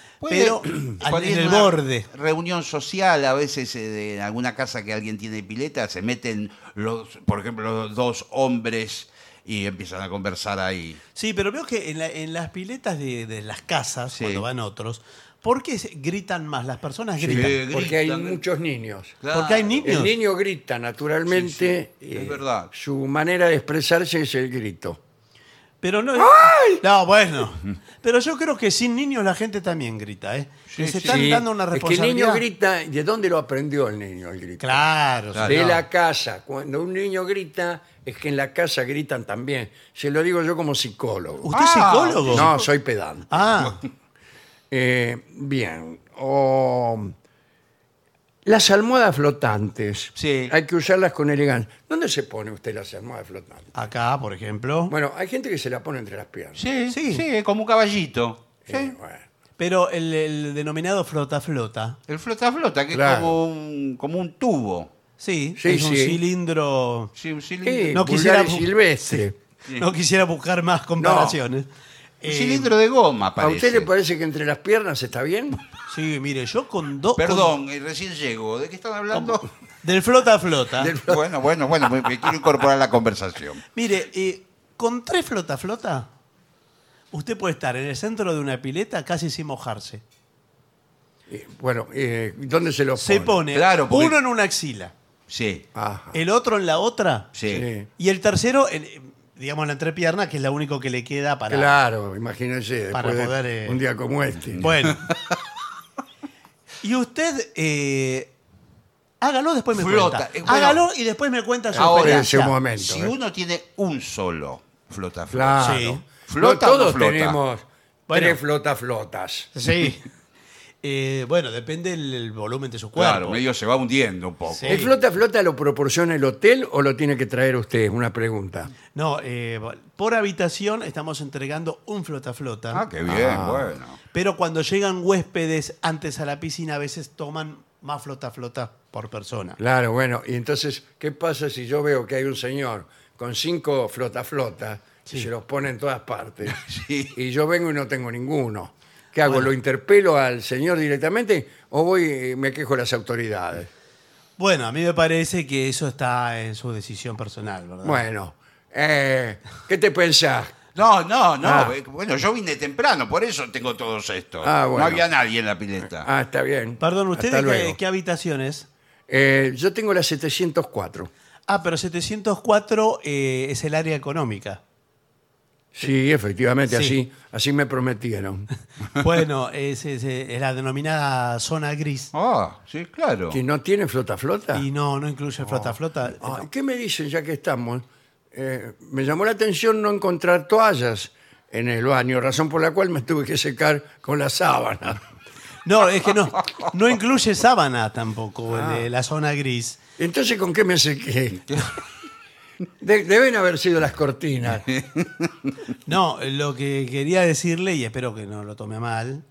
C: pero
B: cuando
C: en
B: es
C: el
B: una
C: borde.
B: Reunión social, a veces eh, de alguna casa que alguien tiene pileta, se meten, los, por ejemplo, los dos hombres y empiezan a conversar ahí.
C: Sí, pero veo que en, la- en las piletas de, de las casas,
B: Sí.
C: cuando van otros, ¿Por qué se- gritan más? Las personas
B: Sí.
C: gritan.
B: Eh,
A: Porque hay
B: gritan.
A: muchos niños.
B: Claro.
C: Porque hay niños.
A: El niño grita, naturalmente.
B: Sí, sí, es
A: eh,
B: verdad.
A: Su manera de expresarse es el grito.
C: Pero no. No, bueno. Pero yo creo que sin niños la gente también grita, ¿eh?
B: Sí,
C: que se
B: sí.
C: están
A: Sí,
C: dando una
A: es que el
C: responsabilidad.
A: niño grita, ¿y ¿de dónde lo aprendió el niño el grito?
C: Claro,
B: Claro.
C: sí.
A: de
B: no.
A: la casa. Cuando un niño grita, es que en la casa gritan también. Se lo digo yo como psicólogo.
C: ¿Usted es
B: Ah,
C: psicólogo?
A: No, soy pedante.
C: Ah,
A: Eh, bien. O las almohadas flotantes.
B: Sí.
A: Hay que usarlas con elegancia. ¿Dónde se pone usted las almohadas flotantes?
C: acá, por ejemplo.
A: Bueno, hay gente que se la pone entre las piernas.
B: Sí,
C: Sí.
B: sí, como un caballito. Sí.
A: Eh, bueno.
C: Pero el, el denominado flota-flota.
B: El flota flota, que
A: Claro.
B: es como un, como un tubo.
C: Sí,
A: Sí,
C: es un
A: sí.
C: cilindro.
B: Sí, un cilindro,
A: Eh,
C: No
A: vulgar
C: quisiera-
A: y silvestre.
C: No quisiera buscar más comparaciones.
B: un
C: Eh,
B: cilindro de goma,
A: ¿A
B: parece.
A: usted le parece que entre las piernas está bien?
C: Sí, mire, yo con dos.
B: Perdón, eh, recién llego. ¿De qué están hablando?
C: Del flota a flota.
B: Bueno, bueno, bueno, me, me quiero incorporar a la conversación.
C: Mire, eh, con tres flota flota, usted puede estar en el centro de una pileta casi sin mojarse.
A: Eh, bueno, eh, ¿dónde se lo pone?
C: Se pone
B: claro, porque-
C: uno en una axila,
B: Sí,
A: Ajá.
C: el otro en la otra
B: sí.
A: Sí.
C: y el tercero, en, eh, digamos, en la entrepierna, que es la único que le queda para.
A: Claro, imagínense,
C: Para
A: después de
C: poder, eh,
A: un día como este.
C: Bueno. y usted. eh, hágalo, después me
B: Flota.
C: cuenta.
B: Eh, bueno.
C: hágalo y después me cuenta su
B: Ahora,
C: experiencia.
A: ese momento.
B: Si
A: ¿eh?
B: uno tiene un solo flota flota.
A: Claro.
C: Sí.
B: ¿Flota
A: no
B: o no
A: todos
B: flota?
A: tenemos
C: Bueno.
A: tres flota flotas.
C: Sí. Eh, bueno, depende el, el volumen de su cuerpo.
B: Claro, medio se va hundiendo un poco.
C: Sí.
A: ¿El flota flota lo proporciona el hotel o lo tiene que traer usted? Es Una pregunta.
C: No, eh, por habitación estamos entregando un flota flota.
B: Ah, qué bien, bueno.
C: Pero cuando llegan huéspedes antes a la piscina, a veces toman más flota flota por persona.
A: Claro, bueno. Y entonces, ¿qué pasa si yo veo que hay un señor con cinco flota flotas y se los pone en todas partes?
B: Sí.
A: Y yo vengo y no tengo ninguno. ¿Qué hago? ¿Lo interpelo al señor directamente o voy y me quejo a las autoridades?
C: Bueno, a mí me parece que eso está en su decisión personal, ¿verdad?
A: Bueno, eh, ¿qué te pensás?
B: No, no, no.
A: Ah.
B: eh, Bueno, yo vine temprano, por eso tengo todos estos.
A: Ah, bueno.
B: No había nadie en la pileta.
A: Ah, está bien.
C: Perdón, ¿ustedes
A: Hasta
C: qué-
A: luego.
C: qué, habitaciones?
A: Eh, yo tengo la 704.
C: Ah, pero 704 eh, es el área económica.
A: Sí, efectivamente,
C: Sí.
A: así así me prometieron.
C: Bueno, es, es- es la denominada zona gris.
B: Ah, sí, claro.
A: ¿Que no tiene flota flota?
C: Y no, no
A: Oh.
C: incluye flota flota.
A: Ah, ¿Qué me dicen ya que estamos? Eh, me llamó la atención no encontrar toallas en el baño, razón por la cual me tuve que secar con la sábana.
C: No, es que no. No incluye sábana tampoco,
A: Ah.
C: el de la zona gris.
A: Entonces, ¿con qué me sequé? De- deben haber sido las cortinas.
C: No, lo que quería decirle, y espero que no lo tome a mal,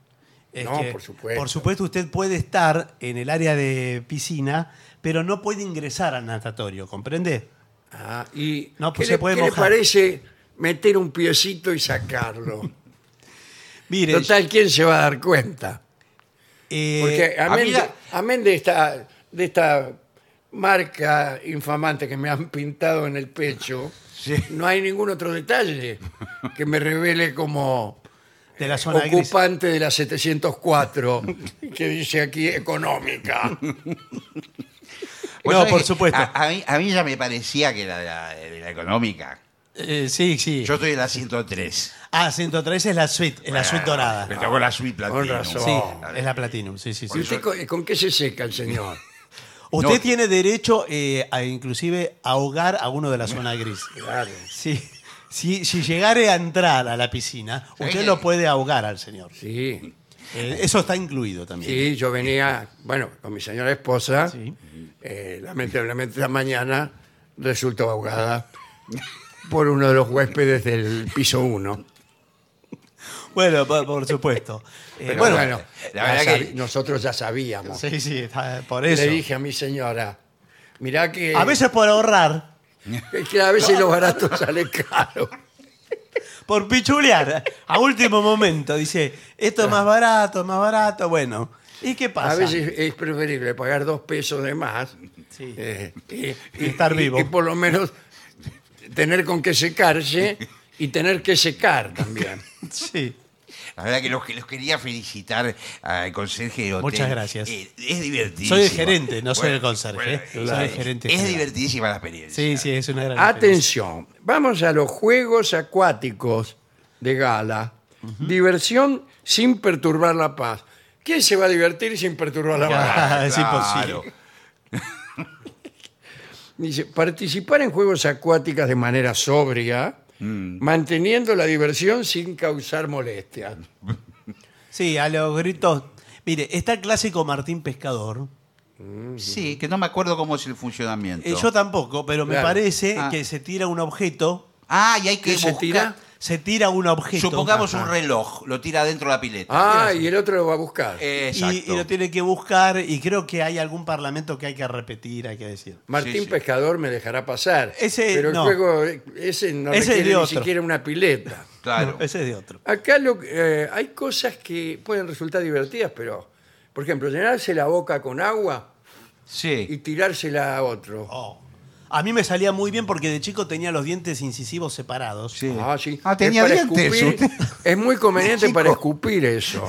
C: es
A: No,
C: que,
A: por supuesto.
C: por supuesto, usted puede estar en el área de piscina, pero no puede ingresar al natatorio, ¿comprende?
A: Ah, y
C: No, pues
A: ¿qué,
C: se
A: le,
C: puede
A: qué le
C: mojar.
A: parece meter un piecito y sacarlo?
C: Mire,
A: Total, ¿quién se va a dar cuenta?
C: eh,
A: Porque
B: a
A: amén,
B: mí
A: de,
B: la-
A: amén de esta, de esta marca infamante que me han pintado en el pecho, no hay ningún otro detalle que me revele como
C: de la zona gris.
A: ocupante de la 704, que dice aquí económica.
B: Vos
C: No,
B: sabés
C: por
B: que
C: supuesto.
B: Pues A, a mí, a mí ya me parecía que era de la, de la económica.
C: Eh, sí, sí.
B: Yo estoy en la 103.
C: Ah, 103 es la suite, es la suite dorada.
B: Me tocó la suite
A: Con
B: platinum.
A: razón.
C: Sí,
A: No.
C: es la platinum, sí, sí, sí.
A: ¿Y usted con, con qué se seca el señor?
C: Usted
B: No.
C: tiene derecho eh, a inclusive ahogar a uno de la zona gris.
A: Claro.
C: Sí. Si, si llegare a entrar a la piscina, usted
B: Sí.
C: lo puede ahogar al señor.
A: Sí,
C: Eh, eso está incluido también.
A: sí, yo venía, bueno, con mi señora esposa,
C: Sí.
A: eh, lamentablemente la mañana resultó ahogada por uno de los huéspedes del piso 1.
C: Bueno, por, por supuesto. Eh,
A: Pero
C: bueno,
A: bueno,
B: la
A: ya
B: verdad
A: sabi-
B: que-
A: nosotros ya sabíamos.
C: sí, sí, está- eh, por
A: Le
C: eso.
A: dije a mi señora, mirá que
C: A veces por ahorrar,
A: que a veces lo barato sale caro.
C: por pichulear, a último momento, dice, esto es más barato, más barato, bueno. ¿Y qué pasa?
A: A veces es preferible pagar dos pesos de más
C: Sí.
A: eh, y,
C: Y estar vivo.
A: Y por lo menos tener con qué secarse y tener que secar también.
C: Sí.
B: La La verdad que los, que- los quería felicitar al conserje del hotel.
C: Muchas gracias.
B: Eh, es divertidísimo.
C: Soy el gerente, no soy el conserje, eh. soy el
B: claro.
C: gerente
B: Es
C: general.
B: divertidísima la experiencia.
C: Sí, sí, es una gran experiencia.
A: Atención, vamos a los juegos acuáticos de gala. Diversión sin perturbar la paz. ¿Quién se va a divertir sin perturbar la paz?
C: Ah, es
B: Claro.
C: imposible.
A: Dice, participar en juegos acuáticos de manera sobria,
C: Mm.
A: manteniendo la diversión sin causar molestias.
C: Sí, a los gritos. Mire, está el clásico Martín Pescador.
B: Sí, que no me acuerdo cómo es el funcionamiento.
C: Eh, yo tampoco, pero me
A: Claro.
C: parece
B: Ah.
C: que se tira un objeto.
B: ah, y hay que
A: ¿Qué se
B: buscar-
A: tira?
C: Se tira un objeto.
B: Supongamos
C: Ajá.
B: un reloj, lo tira dentro de la pileta.
A: Ah, y el otro lo va a buscar.
C: Eh,
B: Exacto.
C: Y, y lo tiene que buscar y creo que hay algún parlamento que hay que repetir, hay que decir.
A: Martín
B: sí, sí.
A: Pescador me dejará pasar.
C: Ese
A: pero el
C: no.
A: juego eh, ese no
C: Ese es
A: requiere ni
C: de otro.
A: siquiera una pileta.
B: Claro.
C: Ese es de otro.
A: Acá lo, eh, hay cosas que pueden resultar divertidas, pero, por ejemplo, llenarse la boca con agua y
B: Sí.
A: tirársela a otro.
C: Oh. A mí me salía muy bien porque de chico tenía los dientes incisivos separados.
B: Sí.
A: Ah, sí.
B: Ah, tenía
A: Es para
B: dientes,
A: escupir-
B: usted.
A: es muy conveniente
B: Chico.
A: para escupir eso.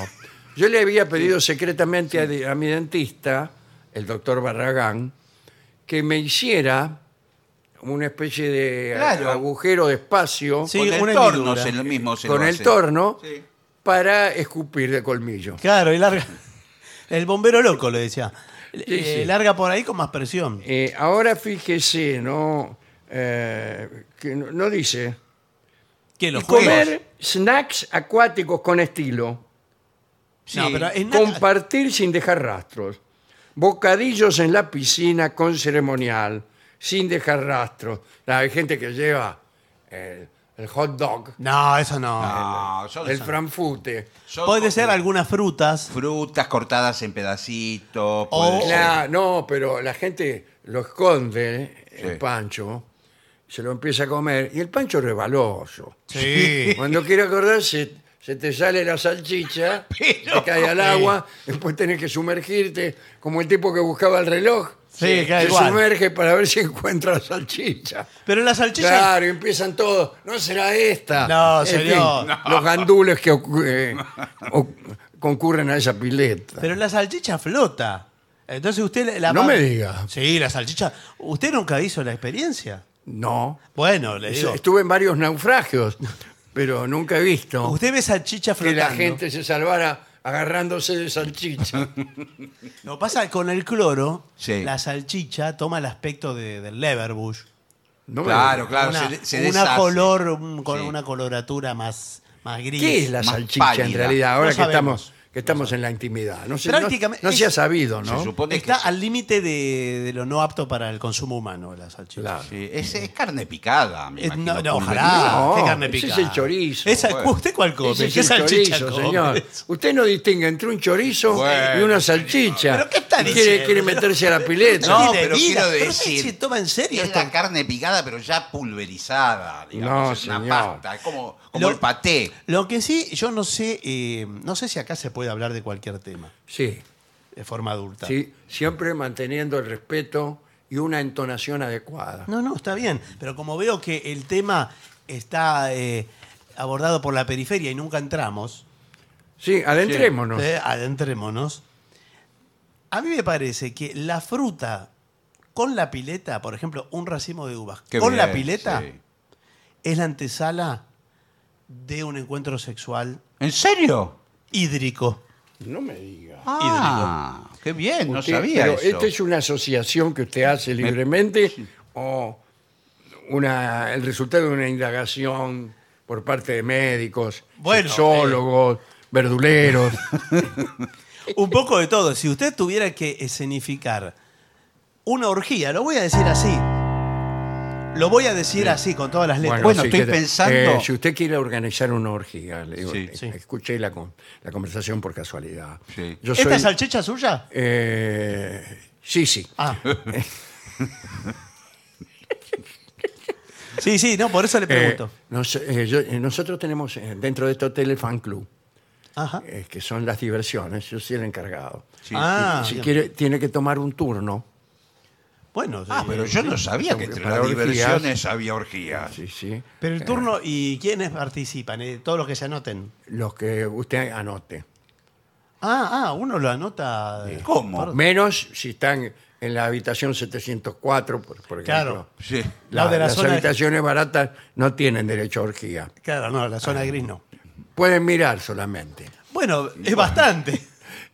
A: Yo le había pedido secretamente a de- a, mi dentista, el doctor Barragán, que me hiciera una especie de a-
B: Claro.
A: agujero de espacio
C: Sí,
B: con el
C: una
B: torno
C: hendidura.
B: se lo mismo se
A: con
B: lo
A: el
B: hace.
A: torno
B: Sí.
A: para escupir de colmillo.
C: Claro, y larga. El bombero loco le decía. Eh,
A: sí.
C: Larga por ahí con más presión.
A: Eh, ahora fíjese, no, eh, que no, no dice.
C: ¿Qué los
A: Y
C: juegos?
A: comer snacks acuáticos con estilo.
C: No,
B: Sí.
C: pero en nada-
A: Compartir sin dejar rastros. Bocadillos en la piscina con ceremonial, sin dejar rastros. Ah, Hay gente que lleva el, el hot dog,
C: No, eso no.
B: No, son-
A: el
B: son-
A: franfute.
B: son
C: Puede
B: con-
C: ser algunas frutas.
B: frutas cortadas en pedacitos.
C: O-
B: puede ser-
A: La- no, pero la gente lo esconde, el
B: Sí.
A: pancho, se lo empieza a comer y el pancho es rebaloso.
C: Sí.
A: Cuando quiere acordarse, se te sale la salchicha, te cae al agua, después tenés que sumergirte, como el tipo que buscaba el reloj.
C: Sí,
A: se
C: cae igual.
A: sumerge para ver si encuentra la salchicha.
C: Pero la salchicha.
A: Claro, y empiezan todos. No será esta.
C: No,
A: En fin,
C: señor.
A: Los gandules que ocu- eh, o- concurren a esa pileta.
C: Pero la salchicha flota. Entonces usted la
A: No
C: va-
A: me diga.
C: Sí, la salchicha. ¿Usted nunca hizo la experiencia?
A: no.
C: Bueno, le digo.
A: Estuve en varios naufragios, pero nunca he visto
C: Usted ve salchicha
A: que
C: flotando.
A: la gente se salvara agarrándose de salchicha.
C: Lo pasa con el cloro,
B: Sí.
C: la salchicha toma el aspecto de- del Leverbush.
A: No me
B: Claro, claro.
C: una,
B: se, se
C: una
B: deshace.
C: color, un- con
B: Sí.
C: una coloratura más, más gris.
A: ¿Qué es la
B: más
A: salchicha en
B: pálida.
A: realidad? Ahora
C: No
A: que
C: sabemos.
A: estamos, que estamos en la intimidad. No se,
C: Prácticamente-
A: no, no se ha
C: es-
A: sabido,
B: Se
A: ¿no?
B: supone
C: Está
B: que
C: al límite de, de lo no apto para el consumo humano la salchicha.
A: Claro.
B: sí, es, es carne picada. me
C: Eh,
B: imagino,
C: no, no,
B: pulverizada.
C: ojalá.
A: No,
C: qué carne
A: ese es
C: picada.
A: el chorizo.
C: Esa-
B: Bueno.
C: ¿Usted cuál come?
A: Ese es
C: ¿Qué
A: el
C: salchicha
A: chorizo,
C: come?
A: señor. Usted no distingue entre un chorizo
B: Bueno,
A: y una salchicha.
C: ¿Pero qué está
A: quiere,
C: diciendo?
A: Quiere meterse a la pileta.
B: No,
C: tiene
B: pero
C: vida.
B: quiero
C: Pero
B: decir.
C: se toma en serio
B: Es
C: esto.
B: la carne picada, pero ya pulverizada. Digamos,
A: No,
B: es una
A: señor.
B: pasta. Es como, como
C: Lo-
B: el paté.
C: Lo que sí, yo no sé, eh, no sé si acá se puede hablar de cualquier tema
A: Sí,
C: de forma adulta.
A: sí, siempre manteniendo el respeto y una entonación adecuada.
C: No, no, está bien. Pero como veo que el tema está eh, abordado por la periferia y nunca entramos,
A: Sí, adentrémonos.
C: eh, adentrémonos. A mí me parece que la fruta con la pileta, por ejemplo, un racimo de uvas
B: Qué
C: con la
B: bien,
C: pileta,
B: sí.
C: es la antesala de un encuentro sexual
B: ¿En serio?
C: hídrico.
A: No me diga.
B: Ah, qué bien, no
A: Usted-
B: sabía
A: pero
B: eso.
A: ¿Esta es una asociación que usted hace libremente o una, el resultado de una indagación por parte de médicos,
C: Bueno,
A: sexólogos,
B: eh,
A: verduleros?
C: Un poco de todo. Si usted tuviera que escenificar una orgía, lo voy a decir así. Lo voy a decir así, con todas las letras.
B: Bueno,
A: si
B: estoy
A: quiere-
B: pensando-
A: eh, si usted quiere organizar una orgía, le digo,
B: Sí.
A: eh,
C: Sí.
A: escuché la, con- la conversación por casualidad.
B: Sí.
A: Yo
C: ¿Esta
A: soy-
C: es salchicha suya?
A: eh, sí, sí.
C: Ah. sí, sí, no, por eso le pregunto.
A: Eh, nos- eh, yo- eh, nosotros tenemos eh, dentro de este hotel el fan club,
C: Ajá.
A: eh, que son las diversiones, yo soy el encargado.
B: Sí.
C: ah,
A: si
C: bien.
A: quiere, tiene que tomar un turno
C: Bueno,
B: Ah,
C: sí.
B: pero yo no sabía
A: Aunque
B: que entre
A: para
B: las
A: orgías-
B: diversiones había orgías.
A: Sí, sí. Eh,
C: Pero el turno,
B: Eh.
C: ¿y quiénes participan? Eh, todos los que se anoten.
A: Los que usted anote.
C: Ah, ah, uno lo anota. eh,
B: ¿Cómo?
C: por-
A: Menos si están en la habitación 704, por, por ejemplo.
C: Claro.
B: Sí.
A: La-
C: Los de la
A: las
C: zona-
A: habitaciones baratas no tienen derecho a orgía.
C: Claro, no, la
B: Ah.
C: zona gris no.
A: Pueden mirar solamente.
C: Bueno, es bastante.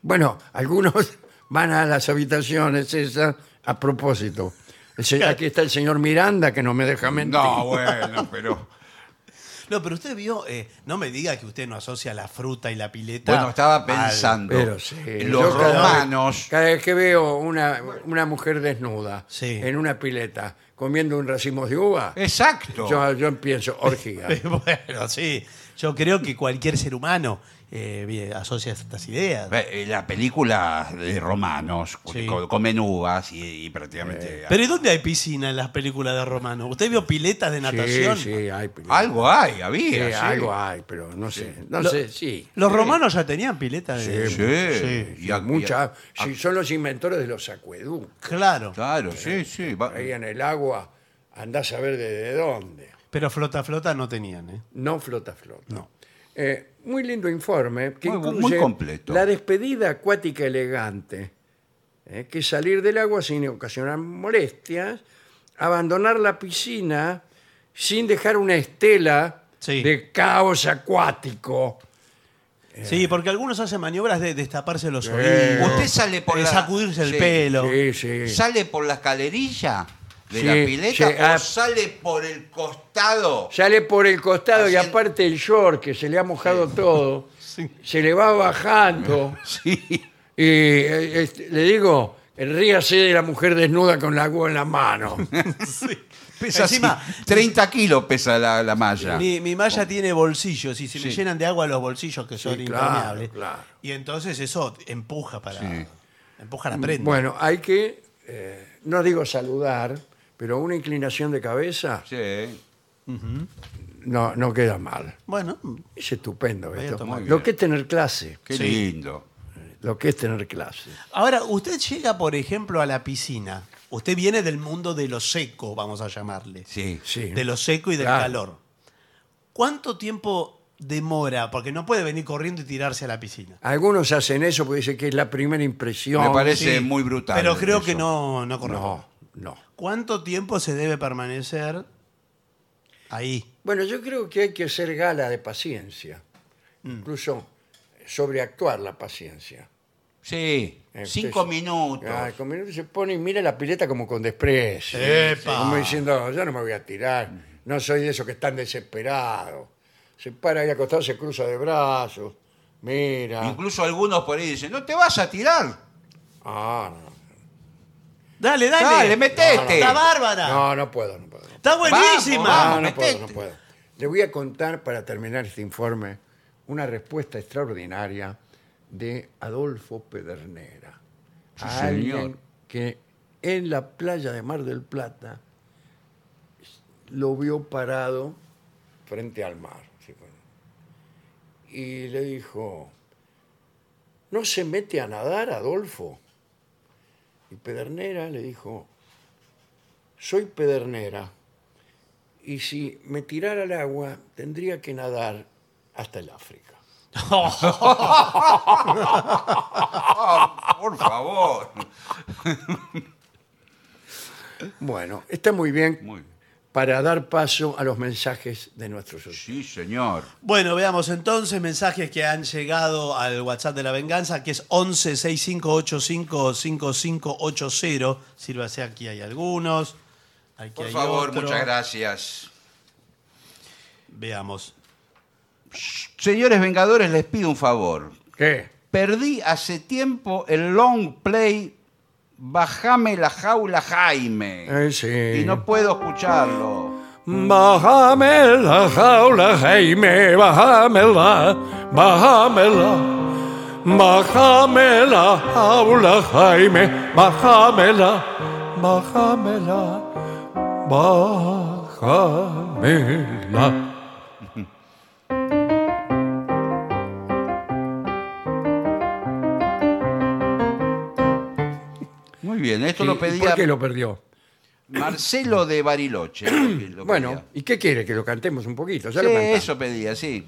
A: Bueno, algunos van a las habitaciones esas a propósito. El se- Aquí está el señor Miranda que no me deja mentir.
B: No, bueno, pero.
C: No, pero usted vio, eh, no me diga que usted no asocia la fruta y la pileta.
B: Bueno, estaba
C: al-
B: pensando.
A: Pero sí.
B: Los
A: Yo cada vez-
B: romanos.
A: Cada vez que veo una, una mujer desnuda
C: Sí.
A: en una pileta comiendo un racimo de uva,
B: Exacto.
A: yo, yo pienso, orgía.
C: bueno, sí. Yo creo que cualquier ser humano eh, bien, asocia estas ideas.
B: Eh, La película de romanos, cu-
C: Sí. Eh,
B: co- comen uvas y, y prácticamente.
C: Pero ¿y dónde hay piscina en las películas de Romano? ¿Usted vio piletas de natación?
A: Sí, sí, hay pileta.
B: Algo hay,
A: Sí,
B: había. sí.
A: algo hay, pero no sé. No
C: Lo-
A: sé, sí.
C: Los romanos ya tenían piletas de
B: Sí.
C: Sí.
B: Y a-
A: Muchas.
B: y a-
A: sí, son los inventores de los acueductos.
C: Claro.
B: Claro, sí, sí. va-
A: Ahí en el agua andás a ver desde dónde.
C: Pero flota flota no tenían, ¿eh?
A: No flota, flota. No. muy lindo informe que
B: Muy bu- muy
A: incluye
B: completo.
A: la despedida acuática elegante, eh, que es salir del agua sin ocasionar molestias, abandonar la piscina sin dejar una estela
C: Sí.
A: de caos acuático.
B: Eh.
C: Sí, porque algunos hacen maniobras de destaparse los oídos.
B: Usted sale por
C: de
B: la-
C: sacudirse el
B: Sí.
C: pelo.
A: Sí, sí.
B: ¿Sale por la escalerilla de
A: Sí,
B: la pileta
A: sí,
B: o
A: ah.
B: sale por el costado?
A: Sale por el costado y
B: Haciendo-
A: aparte el short que se le ha mojado todo,
C: Sí.
A: se le va bajando.
B: Sí.
A: Y eh, este, le digo, ríase de la mujer desnuda con la agua en la mano.
B: Pesa
C: Encima,
B: así, 30 kilos pesa la, la malla.
C: Mi, mi malla tiene bolsillos y se le
B: Sí.
C: llenan de agua los bolsillos que son
A: claro,
C: impermeables.
A: claro.
C: Y entonces eso empuja para.
B: Sí.
C: Empuja la prenda.
A: Bueno, hay que, eh, no digo saludar, pero una inclinación de cabeza
B: Sí.
A: no, no queda mal.
C: Bueno,
A: Es estupendo
C: a
A: esto.
C: tomar.
A: Lo que es tener clase.
B: Qué
C: Sí.
B: lindo.
A: Lo que es tener clase.
C: ahora usted llega, por ejemplo, a la piscina. Usted viene del mundo de lo seco, vamos a llamarle.
B: Sí.
A: Sí.
C: De lo seco y del
A: Claro.
C: calor. ¿Cuánto tiempo demora? Porque no puede venir corriendo y tirarse a la piscina.
A: Algunos hacen eso porque dicen que es la primera impresión.
B: Me parece muy brutal.
C: Pero creo que
B: eso.
C: no, no corresponde.
A: No, no.
C: ¿Cuánto tiempo se debe permanecer ahí?
A: Bueno, yo creo que hay que hacer gala de paciencia.
B: Mm.
A: Incluso sobreactuar la paciencia.
B: Sí.
A: Eh,
B: Cinco
A: usted-
B: minutos.
A: Ah, con minutos se pone y mira la pileta como con desprecio.
C: ¡Epa!
A: Como diciendo, yo no me voy a tirar, no soy de esos que están desesperados. Se para ahí acostado, se cruza de brazos, mira.
B: Incluso algunos por ahí dicen, no te vas a tirar.
A: Ah, no.
C: Dale, dale.
B: Dale, metete.
C: Está bárbara.
A: No, no puedo, no puedo.
C: Está buenísima.
A: No,
B: Vamos,
A: no puedo, no
B: metete.
A: puedo. Le voy a contar, para terminar este informe, una respuesta extraordinaria de Adolfo Pedernera. a alguien
B: señor.
A: que en la playa de Mar del Plata lo vio parado frente al mar. así con- Y le dijo, ¿no se mete a nadar, Adolfo? Y Pedernera le dijo, soy Pedernera y si me tirara al agua tendría que nadar hasta el África.
B: Por favor.
A: Bueno, está muy bien
B: Muy bien.
A: para dar paso a los mensajes de nuestros socios.
B: Sí, señor.
C: Bueno, veamos entonces mensajes que han llegado al WhatsApp de la venganza, que es 11 6580 Sírvase, aquí hay algunos. Aquí
B: Por
C: hay
B: favor,
C: otro.
B: muchas gracias.
C: Veamos.
B: Señores Vengadores, les pido un favor.
A: ¿Qué?
B: Perdí hace tiempo el long play Bajame la jaula Jaime.
A: Eh, sí.
B: Y no puedo escucharlo.
A: Bájame la jaula, Jaime, bájamela, bájamela. Bájame la jaula, Jaime, bájamela, bájamela, bájamela.
B: Muy bien, esto
A: Sí,
B: lo
A: ¿y
B: pedía
A: ¿Por qué lo perdió?
B: Marcelo de Bariloche. lo que- lo
A: Bueno,
B: pedía.
A: ¿y qué quiere? Que lo cantemos un poquito. Ya
B: Sí,
A: lo cantamos.
B: eso pedía, sí.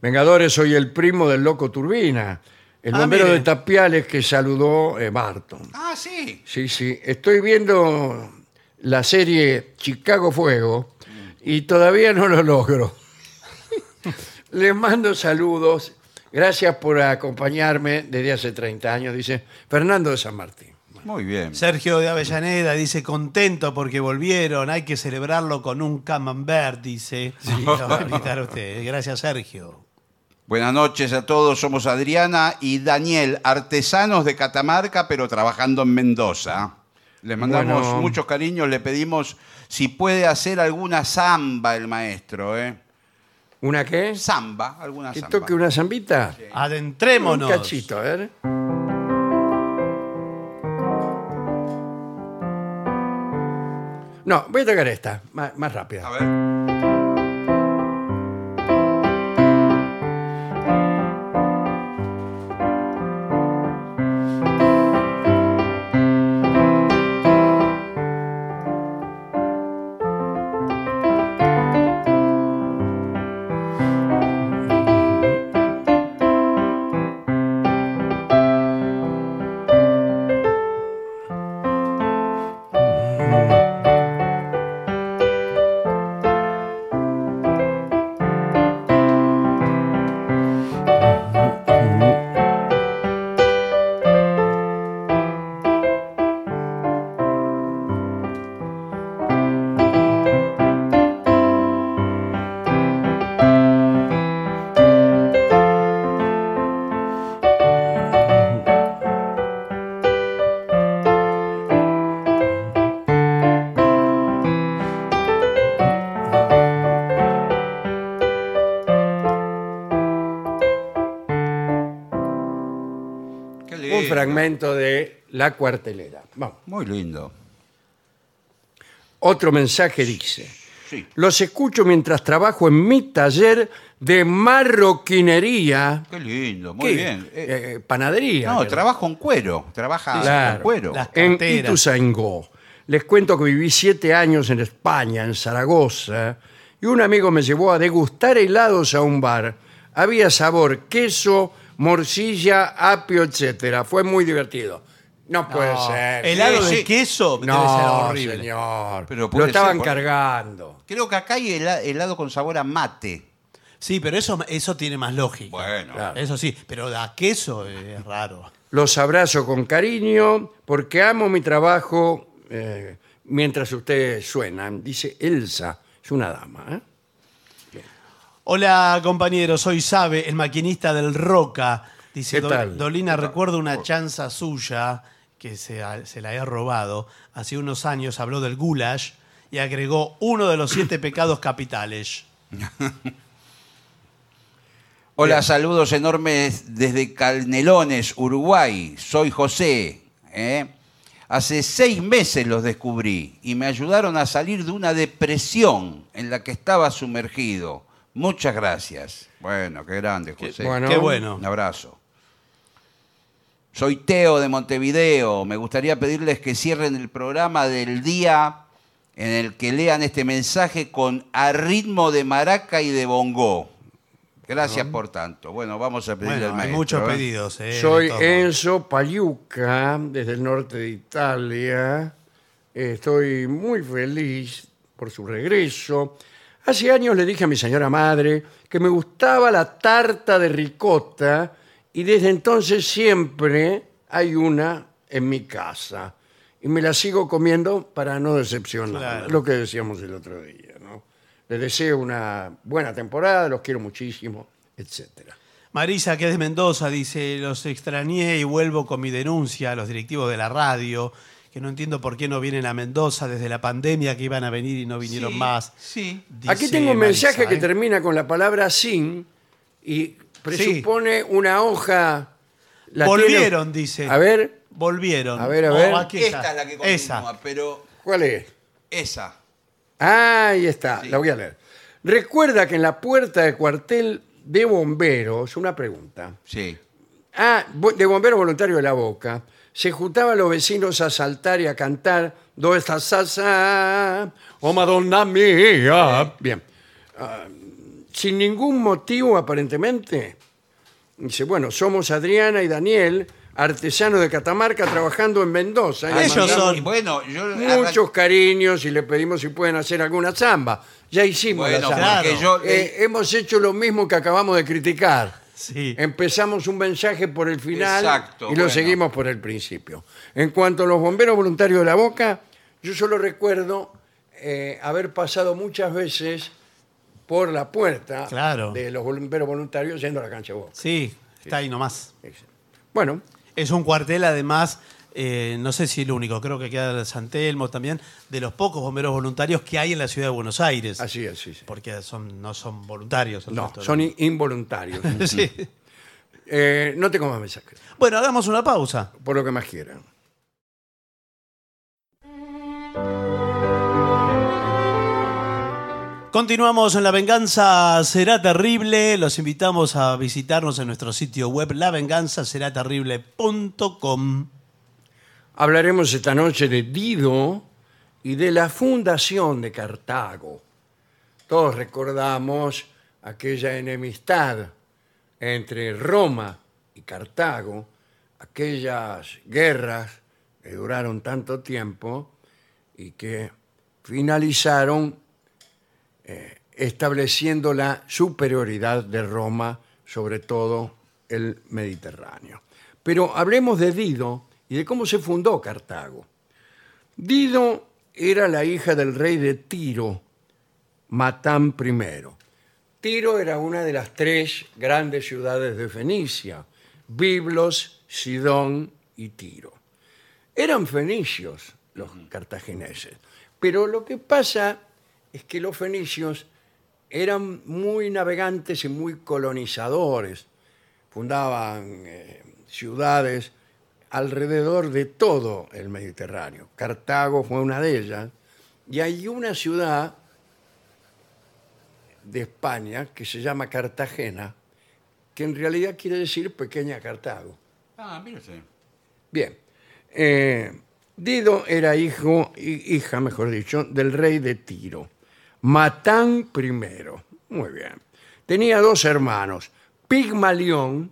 A: Vengadores, soy el primo del loco Turbina, el
C: Ah,
A: bombero
C: mire.
A: de Tapiales que saludó eh, Barton.
B: Ah, sí.
A: Sí, sí, estoy viendo la serie Chicago Fuego y todavía no lo logro. Les mando saludos, gracias por acompañarme desde hace 30 años, dice Fernando de San Martín.
B: Muy bien.
C: Sergio de Avellaneda dice contento porque volvieron, hay que celebrarlo con un camembert, dice. Lo va a invitar a usted. Gracias, Sergio.
B: Buenas noches a todos. Somos Adriana y Daniel, artesanos de Catamarca, pero trabajando en Mendoza. Les mandamos
A: Bueno.
B: muchos cariños. Le pedimos si puede hacer alguna samba el maestro, ¿eh?
A: ¿Una qué?
B: Samba, alguna
A: ¿Que
B: samba.
A: toque una zambita?
C: Adentrémonos.
A: Un cachito, a ver. No, voy a tocar esta, más, más rápida.
B: A ver. Qué
A: Un
B: lindo.
A: fragmento de La Cuartelera. Vamos.
B: Muy lindo.
A: Otro mensaje dice,
B: Sí.
A: los escucho mientras trabajo en mi taller de marroquinería.
B: Qué lindo, muy
A: ¿Qué?
B: bien. Eh,
A: Eh, panadería.
B: no,
A: creo.
B: trabajo en cuero. Trabaja
A: Claro.
B: en cuero.
C: Las-
A: En
C: Carteras.
A: Ituzaingó. Les cuento que viví siete años en España, en Zaragoza, y un amigo me llevó a degustar helados a un bar. Había sabor, queso, morcilla, apio, etcétera. Fue muy divertido. No puede
C: No,
A: ser.
C: Helado
B: Sí,
C: de
B: sí.
C: queso debe ser
A: No,
C: horrible.
A: señor.
B: Pero
A: Lo
B: puede
A: estaban
B: ser, por-
A: cargando.
B: Creo que acá hay hela- helado con sabor a mate.
C: Sí, pero eso, eso tiene más lógica.
B: Bueno.
A: Claro.
C: Eso sí, pero a queso eh, es raro.
A: Los abrazo con cariño porque amo mi trabajo eh, mientras ustedes suenan. Dice Elsa, es una dama. ¿eh?
C: Hola, compañero, soy Sabe, el maquinista del Roca. Dice
A: ¿Qué
C: "Do-
A: tal?
C: Dolina, recuerdo una chanza suya que se, ha- se la he robado. Hace unos años habló del goulash y agregó uno de los siete pecados capitales.
B: Hola, saludos enormes desde Calnelones, Uruguay. Soy José. ¿eh? Hace seis meses los descubrí y me ayudaron a salir de una depresión en la que estaba sumergido. Muchas gracias. Bueno, qué grande, José.
A: bueno.
C: Qué bueno.
B: Un abrazo. Soy Teo de Montevideo. Me gustaría pedirles que cierren el programa del día en el que lean este mensaje con a ritmo de maraca y de bongo. Gracias por tanto. Bueno, vamos a pedirle
C: Bueno,
B: al
C: hay
B: maestro.
C: muchos
B: ¿eh?
C: pedidos. eh, de
A: Soy
C: todo.
A: Enzo Paliuca, desde el norte de Italia. Estoy muy feliz por su regreso. Hace años le dije a mi señora madre que me gustaba la tarta de ricota y desde entonces siempre hay una en mi casa. Y me la sigo comiendo para no decepcionar,
C: Claro.
A: lo que decíamos el otro día. ¿no? Les deseo una buena temporada, los quiero muchísimo, etcétera.
C: Marisa, que es de Mendoza, dice, los extrañé y vuelvo con mi denuncia a los directivos de la radio, que no entiendo por qué no vienen a Mendoza desde la pandemia que iban a venir y no vinieron
B: Sí,
C: más.
B: Sí.
A: Aquí
C: Dice
A: tengo un
C: Marisa,
A: mensaje que
C: ¿eh?
A: termina con la palabra sin y presupone una hoja. la
C: Volvieron,
A: tiene-
C: dice.
A: A ver,
C: Volvieron. Oh,
A: A ver, a ver.
C: aquí está.
B: Esta es la que continúa,
C: Esa.
B: pero
A: ¿cuál es?
B: esa.
A: Ah, ahí está,
B: Sí.
A: la voy a leer. Recuerda que en la puerta del cuartel de bomberos, una pregunta,
B: Sí.
A: Ah, bo- de bombero voluntario de la boca. Se juntaban los vecinos a saltar y a cantar. ¿Dónde estás? sa, sa? Oh, Madonna mía. Bien. Ah, sin ningún motivo, aparentemente. Dice, bueno, somos Adriana y Daniel, artesanos de Catamarca, trabajando en Mendoza. Y le
C: Ellos
A: mandamos
C: son-
B: Y Bueno, yo
A: Muchos cariños y le pedimos si pueden hacer alguna zamba. Ya hicimos
B: Bueno,
A: la zamba.
B: porque yo-
A: Eh, hemos hecho lo mismo que acabamos de criticar.
C: Sí.
A: Em-, Empezamos un mensaje por el final
B: Exacto,
A: y lo
B: bueno.
A: seguimos por el principio. En cuanto a los bomberos voluntarios de la Boca, yo solo recuerdo eh, haber pasado muchas veces por la puerta
C: Claro.
A: de los bomberos voluntarios yendo a la cancha de Boca.
C: Sí, está ahí nomás.
A: Bueno,
C: Es un cuartel, además, eh, no sé si el único, creo que queda el San Telmo también, de los pocos bomberos voluntarios que hay en la ciudad de Buenos Aires.
A: así es. sí, sí.
C: Porque son, no son voluntarios. el
A: No,
C: resto,
A: son in- involuntarios.
C: Sí.
A: Eh, no tengo más mensajes,
C: Bueno, hagamos una pausa.
A: por lo que más quieran.
C: Continuamos en La Venganza Será Terrible. Los invitamos a visitarnos en nuestro sitio web lavenganzaseraterrible.com.
A: Hablaremos esta noche de Dido y de la fundación de Cartago. Todos recordamos aquella enemistad entre Roma y Cartago, aquellas guerras que duraron tanto tiempo y que finalizaron eh, estableciendo la superioridad de Roma sobre todo el Mediterráneo. Pero hablemos de Dido y de cómo se fundó Cartago. Dido era la hija del rey de Tiro, Matán I. Tiro era una de las tres grandes ciudades de Fenicia, Biblos, Sidón y Tiro. Eran fenicios los cartagineses, pero lo que pasa es que los fenicios eran muy navegantes y muy colonizadores. Fundaban eh, ciudades alrededor de todo el Mediterráneo. Cartago fue una de ellas. Y hay una ciudad de España que se llama Cartagena, que en realidad quiere decir pequeña Cartago.
B: Ah, mire usted.
A: Bien. Eh, Dido era hijo, hi- hija, mejor dicho, del rey de Tiro, Matán I. Muy bien. Tenía dos hermanos, Pigmalión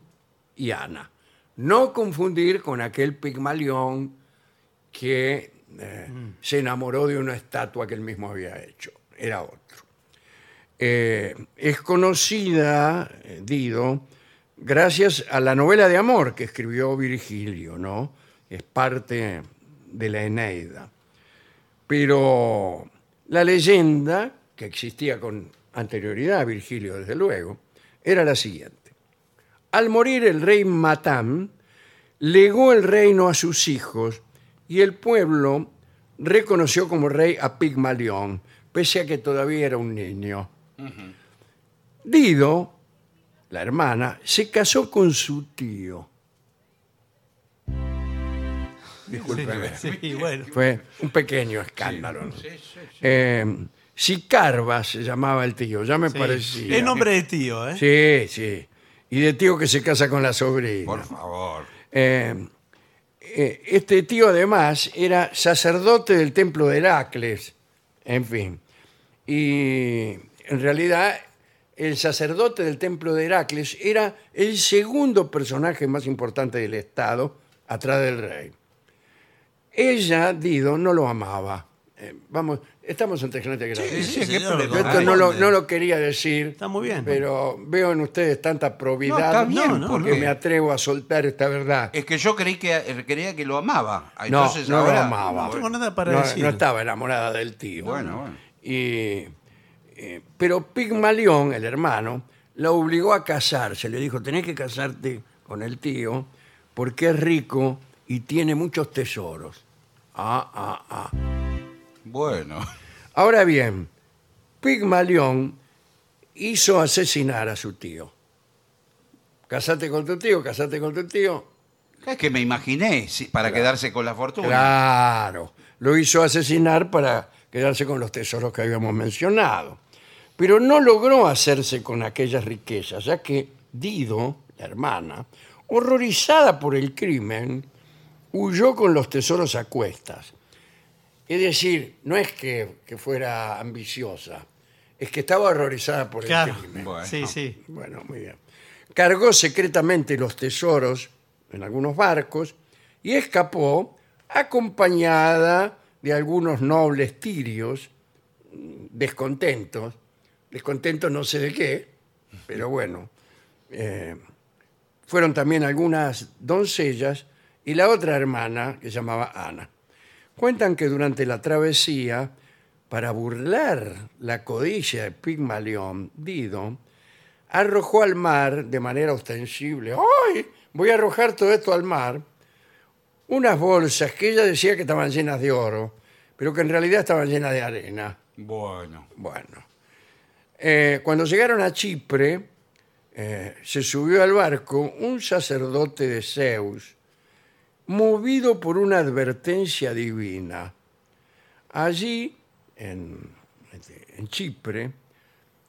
A: y Ana. No confundir con aquel Pigmalión que eh, se enamoró de una estatua que él mismo había hecho. Era otro. Eh, es conocida, eh, Dido, gracias a la novela de amor que escribió Virgilio, ¿no? Es parte de la Eneida. Pero la leyenda, que existía con anterioridad a Virgilio, desde luego, era la siguiente. Al morir el rey Matán, legó el reino a sus hijos y el pueblo reconoció como rey a Pigmalión, pese a que todavía era un niño. Dido, la hermana, se casó con su tío. Discúlpeme.
C: Sí, bueno.
A: Fue un pequeño escándalo. ¿no?
B: Sí, sí, sí.
A: Eh, Sicarba se llamaba el tío, ya me
C: Sí.
A: parecía.
C: Es nombre de tío, ¿eh?
A: Sí, sí. Y de tío que se casa con la sobrina.
B: Por favor.
A: Eh, eh, este tío además era sacerdote del templo de Heracles, en fin. Y en realidad el sacerdote del templo de Heracles era el segundo personaje más importante del Estado atrás del rey. Ella, Dido, no lo amaba. Eh, vamos, estamos ante gente grave.
B: Sí, sí, qué
C: señor,
B: problema.
A: Yo esto no lo,
C: corresponde.
A: no lo quería decir.
C: Está muy bien.
A: Pero veo en ustedes tanta probidad
B: No, está bien,
C: no, no,
B: porque
A: que me atrevo a soltar esta verdad.
B: es que yo creí que eh, creía que lo amaba.
A: No,
B: Entonces
A: no
B: ahora-
A: lo amaba.
C: No tengo nada para
A: No,
C: decir.
A: no estaba enamorada del tío.
B: Bueno, bueno.
A: Y, eh, pero Pigmalión, el hermano, la obligó a casarse. Le dijo, tenés que casarte con el tío porque es rico y tiene muchos tesoros. Ah, ah, ah.
B: Bueno.
A: Ahora bien, Pigmalión hizo asesinar a su tío. Casate con tu tío, casate con tu tío.
B: Es que me imaginé sí, para quedarse con la fortuna.
A: Claro, lo hizo asesinar para quedarse con los tesoros que habíamos mencionado. Pero no logró hacerse con aquellas riquezas, ya que Dido, la hermana, horrorizada por el crimen, huyó con los tesoros a cuestas. Es decir, no es que, que fuera ambiciosa, es que estaba horrorizada por
C: Claro.
A: el crimen.
B: Bueno.
C: Sí, sí.
A: Bueno, muy bien. Cargó secretamente los tesoros en algunos barcos y escapó acompañada de algunos nobles tirios mm, descontentos, descontentos no sé de qué, pero bueno. Eh, fueron también algunas doncellas y la otra hermana que se llamaba Ana. Cuentan que durante la travesía, para burlar la codicia de Pigmalión, Dido, arrojó al mar de manera ostensible, ¡ay! Voy a arrojar todo esto al mar, unas bolsas que ella decía que estaban llenas de oro, pero que en realidad estaban llenas de arena.
B: Bueno.
A: Bueno, Eh, cuando llegaron a Chipre, eh, se subió al barco un sacerdote de Zeus, movido por una advertencia divina. Allí, en, este, en Chipre,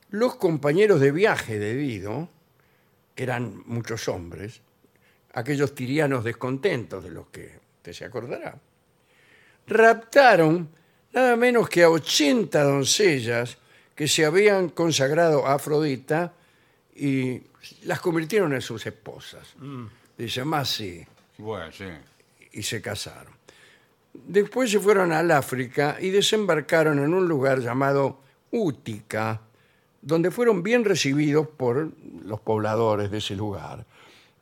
A: los compañeros de viaje de Dido, que eran muchos hombres, aquellos tirianos descontentos de los que usted se acordará, raptaron nada menos que a 80 doncellas que se habían consagrado a Afrodita y las convirtieron en sus esposas. Dice, más sí,
B: Bueno, sí.
A: y se casaron. Después se fueron al África y desembarcaron en un lugar llamado Útica, donde fueron bien recibidos por los pobladores de ese lugar.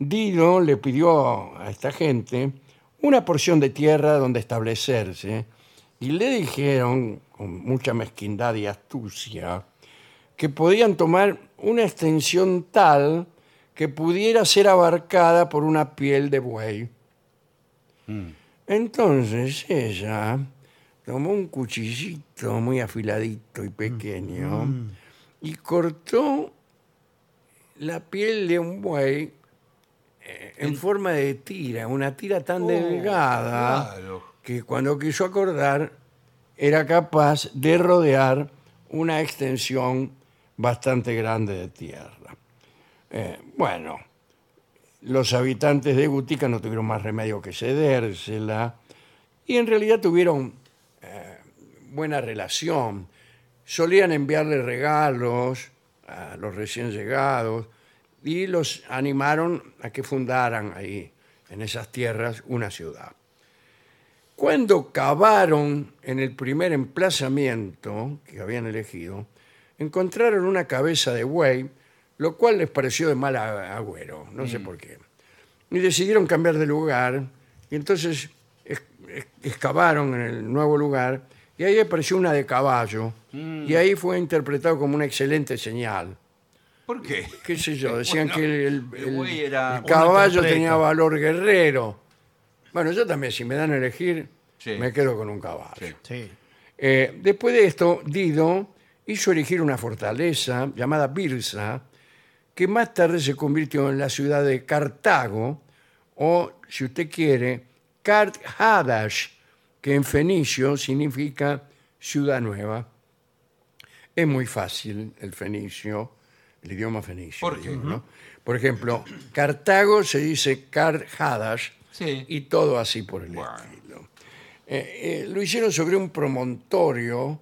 A: Dido le pidió a esta gente una porción de tierra donde establecerse y le dijeron, con mucha mezquindad y astucia, que podían tomar una extensión tal que pudiera ser abarcada por una piel de buey. Entonces ella tomó un cuchillito muy afiladito y pequeño y cortó la piel de un buey eh, en forma de tira, una tira tan delgada
B: claro.
A: que cuando quiso acordar era capaz de rodear una extensión bastante grande de tierra. Eh, bueno, los habitantes de Gutica no tuvieron más remedio que cedérsela y en realidad tuvieron eh, buena relación. Solían enviarle regalos a los recién llegados y los animaron a que fundaran ahí, en esas tierras, una ciudad. Cuando cavaron en el primer emplazamiento que habían elegido, encontraron una cabeza de buey, lo cual les pareció de mal a- agüero, no sé por qué. Y decidieron cambiar de lugar, y entonces es- es- excavaron en el nuevo lugar, y ahí apareció una de caballo, y ahí fue interpretado como una excelente señal.
B: ¿Por qué?
A: ¿Qué sé yo? Decían
B: Bueno,
A: que el, el-
B: el buey
A: el-
B: era
A: el caballo
C: una trompeta.
A: tenía valor guerrero. Bueno, yo también, si me dan a elegir,
B: Sí.
A: me quedo con un caballo.
B: Sí.
C: Sí.
A: Eh, después de esto, Dido hizo erigir una fortaleza llamada Birsa, que más tarde se convirtió en la ciudad de Cartago, o, si usted quiere, Cart Hadash, que en fenicio significa ciudad nueva. Es muy fácil el fenicio, el idioma fenicio.
B: ¿Por qué?
A: ¿no? Por ejemplo, Cartago se dice Cart Hadash,
B: Sí.
A: y todo así por el
B: Bueno.
A: estilo. Eh, eh, lo hicieron sobre un promontorio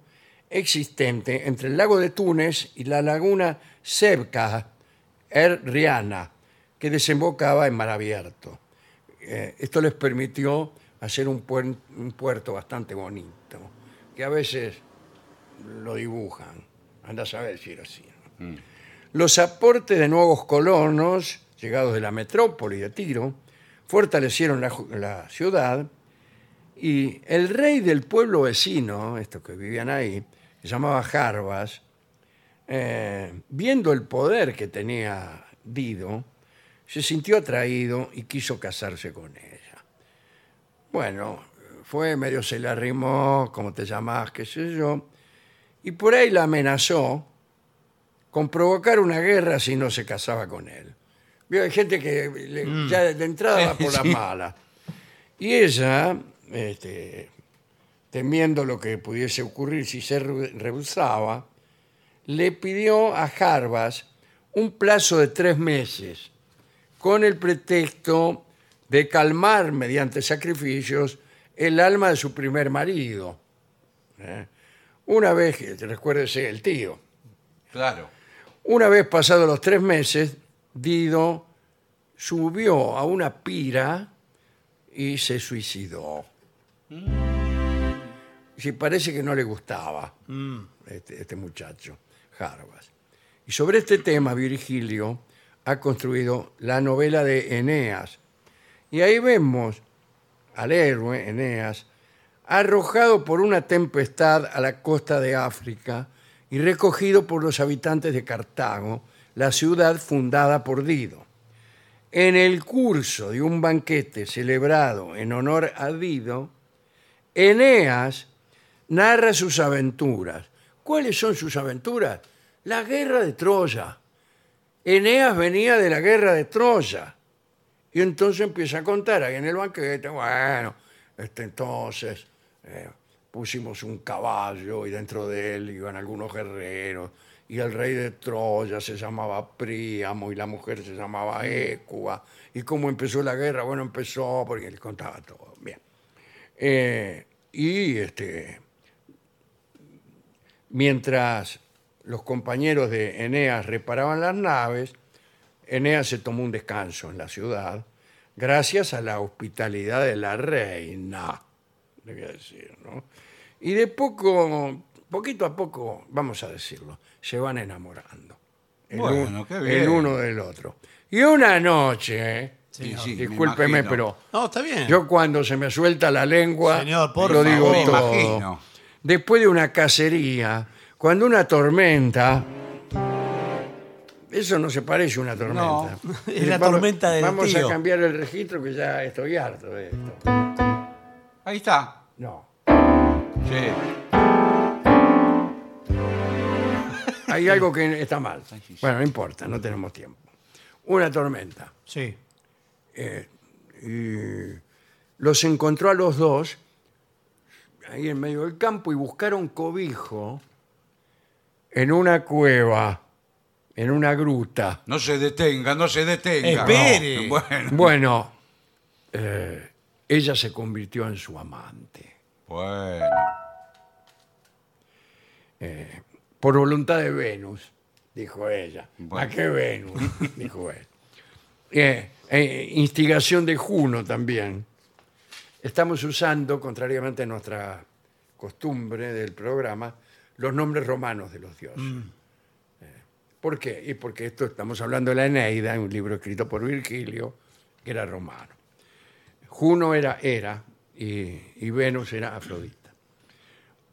A: existente entre el lago de Túnez y la laguna Sebca, Er Riana, que desembocaba en mar abierto. Eh, esto les permitió hacer un, puen- un puerto bastante bonito, que a veces lo dibujan. Anda a saber si era así. ¿no? Los aportes de nuevos colonos, llegados de la metrópoli de Tiro, fortalecieron la, ju- la ciudad y el rey del pueblo vecino, estos que vivían ahí, que se llamaba Jarbas, eh, viendo el poder que tenía Dido, se sintió atraído y quiso casarse con ella. Bueno, fue medio se la arrimó, como te llamás, qué sé yo, y por ahí la amenazó con provocar una guerra si no se casaba con él. Vio, hay gente que le- ya de entrada va por la mala. Y ella, este, temiendo lo que pudiese ocurrir si se re- rehusaba, le pidió a Jarbas un plazo de tres meses con el pretexto de calmar mediante sacrificios el alma de su primer marido. ¿Eh? Una vez, que- recuérdese, el tío.
B: Claro.
A: Una vez pasados los tres meses, Dido subió a una pira y se suicidó. Sí, parece que no le gustaba este, este muchacho, Jarbas. Y sobre este tema, Virgilio ha construido la novela de Eneas. Y ahí vemos al héroe Eneas arrojado por una tempestad a la costa de África y recogido por los habitantes de Cartago, la ciudad fundada por Dido. En el curso de un banquete celebrado en honor a Dido, Eneas narra sus aventuras. ¿Cuáles son sus aventuras? La guerra de Troya. Eneas venía de la guerra de Troya. Y entonces empieza a contar ahí en el banquete, bueno, este, entonces eh, pusimos un caballo y dentro de él iban algunos guerreros y el rey de Troya se llamaba Príamo y la mujer se llamaba Écuba. ¿Y cómo empezó la guerra? Bueno, empezó porque él contaba todo. Bien. Eh, y este, mientras los compañeros de Eneas reparaban las naves, Eneas se tomó un descanso en la ciudad gracias a la hospitalidad de la reina, le voy a decir, ¿no? Y de poco, poquito a poco, vamos a decirlo, se van enamorando. El,
B: Bueno,
A: un-
B: qué
A: el
B: bien.
A: uno del otro. Y una noche, ¿eh?
B: Sí, sí, me
A: discúlpeme,
B: imagino.
A: pero
C: No, está bien.
A: yo cuando se me suelta la lengua,
C: Señor, por
A: lo
C: favor.
A: digo
B: Me
A: todo.
B: imagino.
A: Después de una cacería, cuando una tormenta, eso no se parece a una tormenta.
B: No,
C: es la tormenta del
A: Vamos
C: tío.
A: a cambiar el registro que ya estoy harto de esto.
B: Ahí está.
A: No.
B: Sí.
A: Hay algo que está mal.
B: Ay, sí, sí.
A: Bueno, no importa, no tenemos tiempo. Una tormenta.
C: Sí.
A: y los encontró a los dos ahí en medio del campo y buscaron cobijo en una cueva, en una gruta.
B: No se detenga, no se detenga. No.
C: Espere.
B: Bueno.
A: Bueno, eh, ella se convirtió en su amante.
B: Bueno.
A: Por voluntad de Venus, dijo ella. ¿A
B: Bueno.
A: qué Venus? dijo él. Eh, eh, instigación de Juno también. Estamos usando, contrariamente a nuestra costumbre del programa, los nombres romanos de los dioses. Eh, ¿Por qué? Y porque esto estamos hablando de la Eneida, un libro escrito por Virgilio, que era romano. Juno era Hera y, y Venus era Afrodita.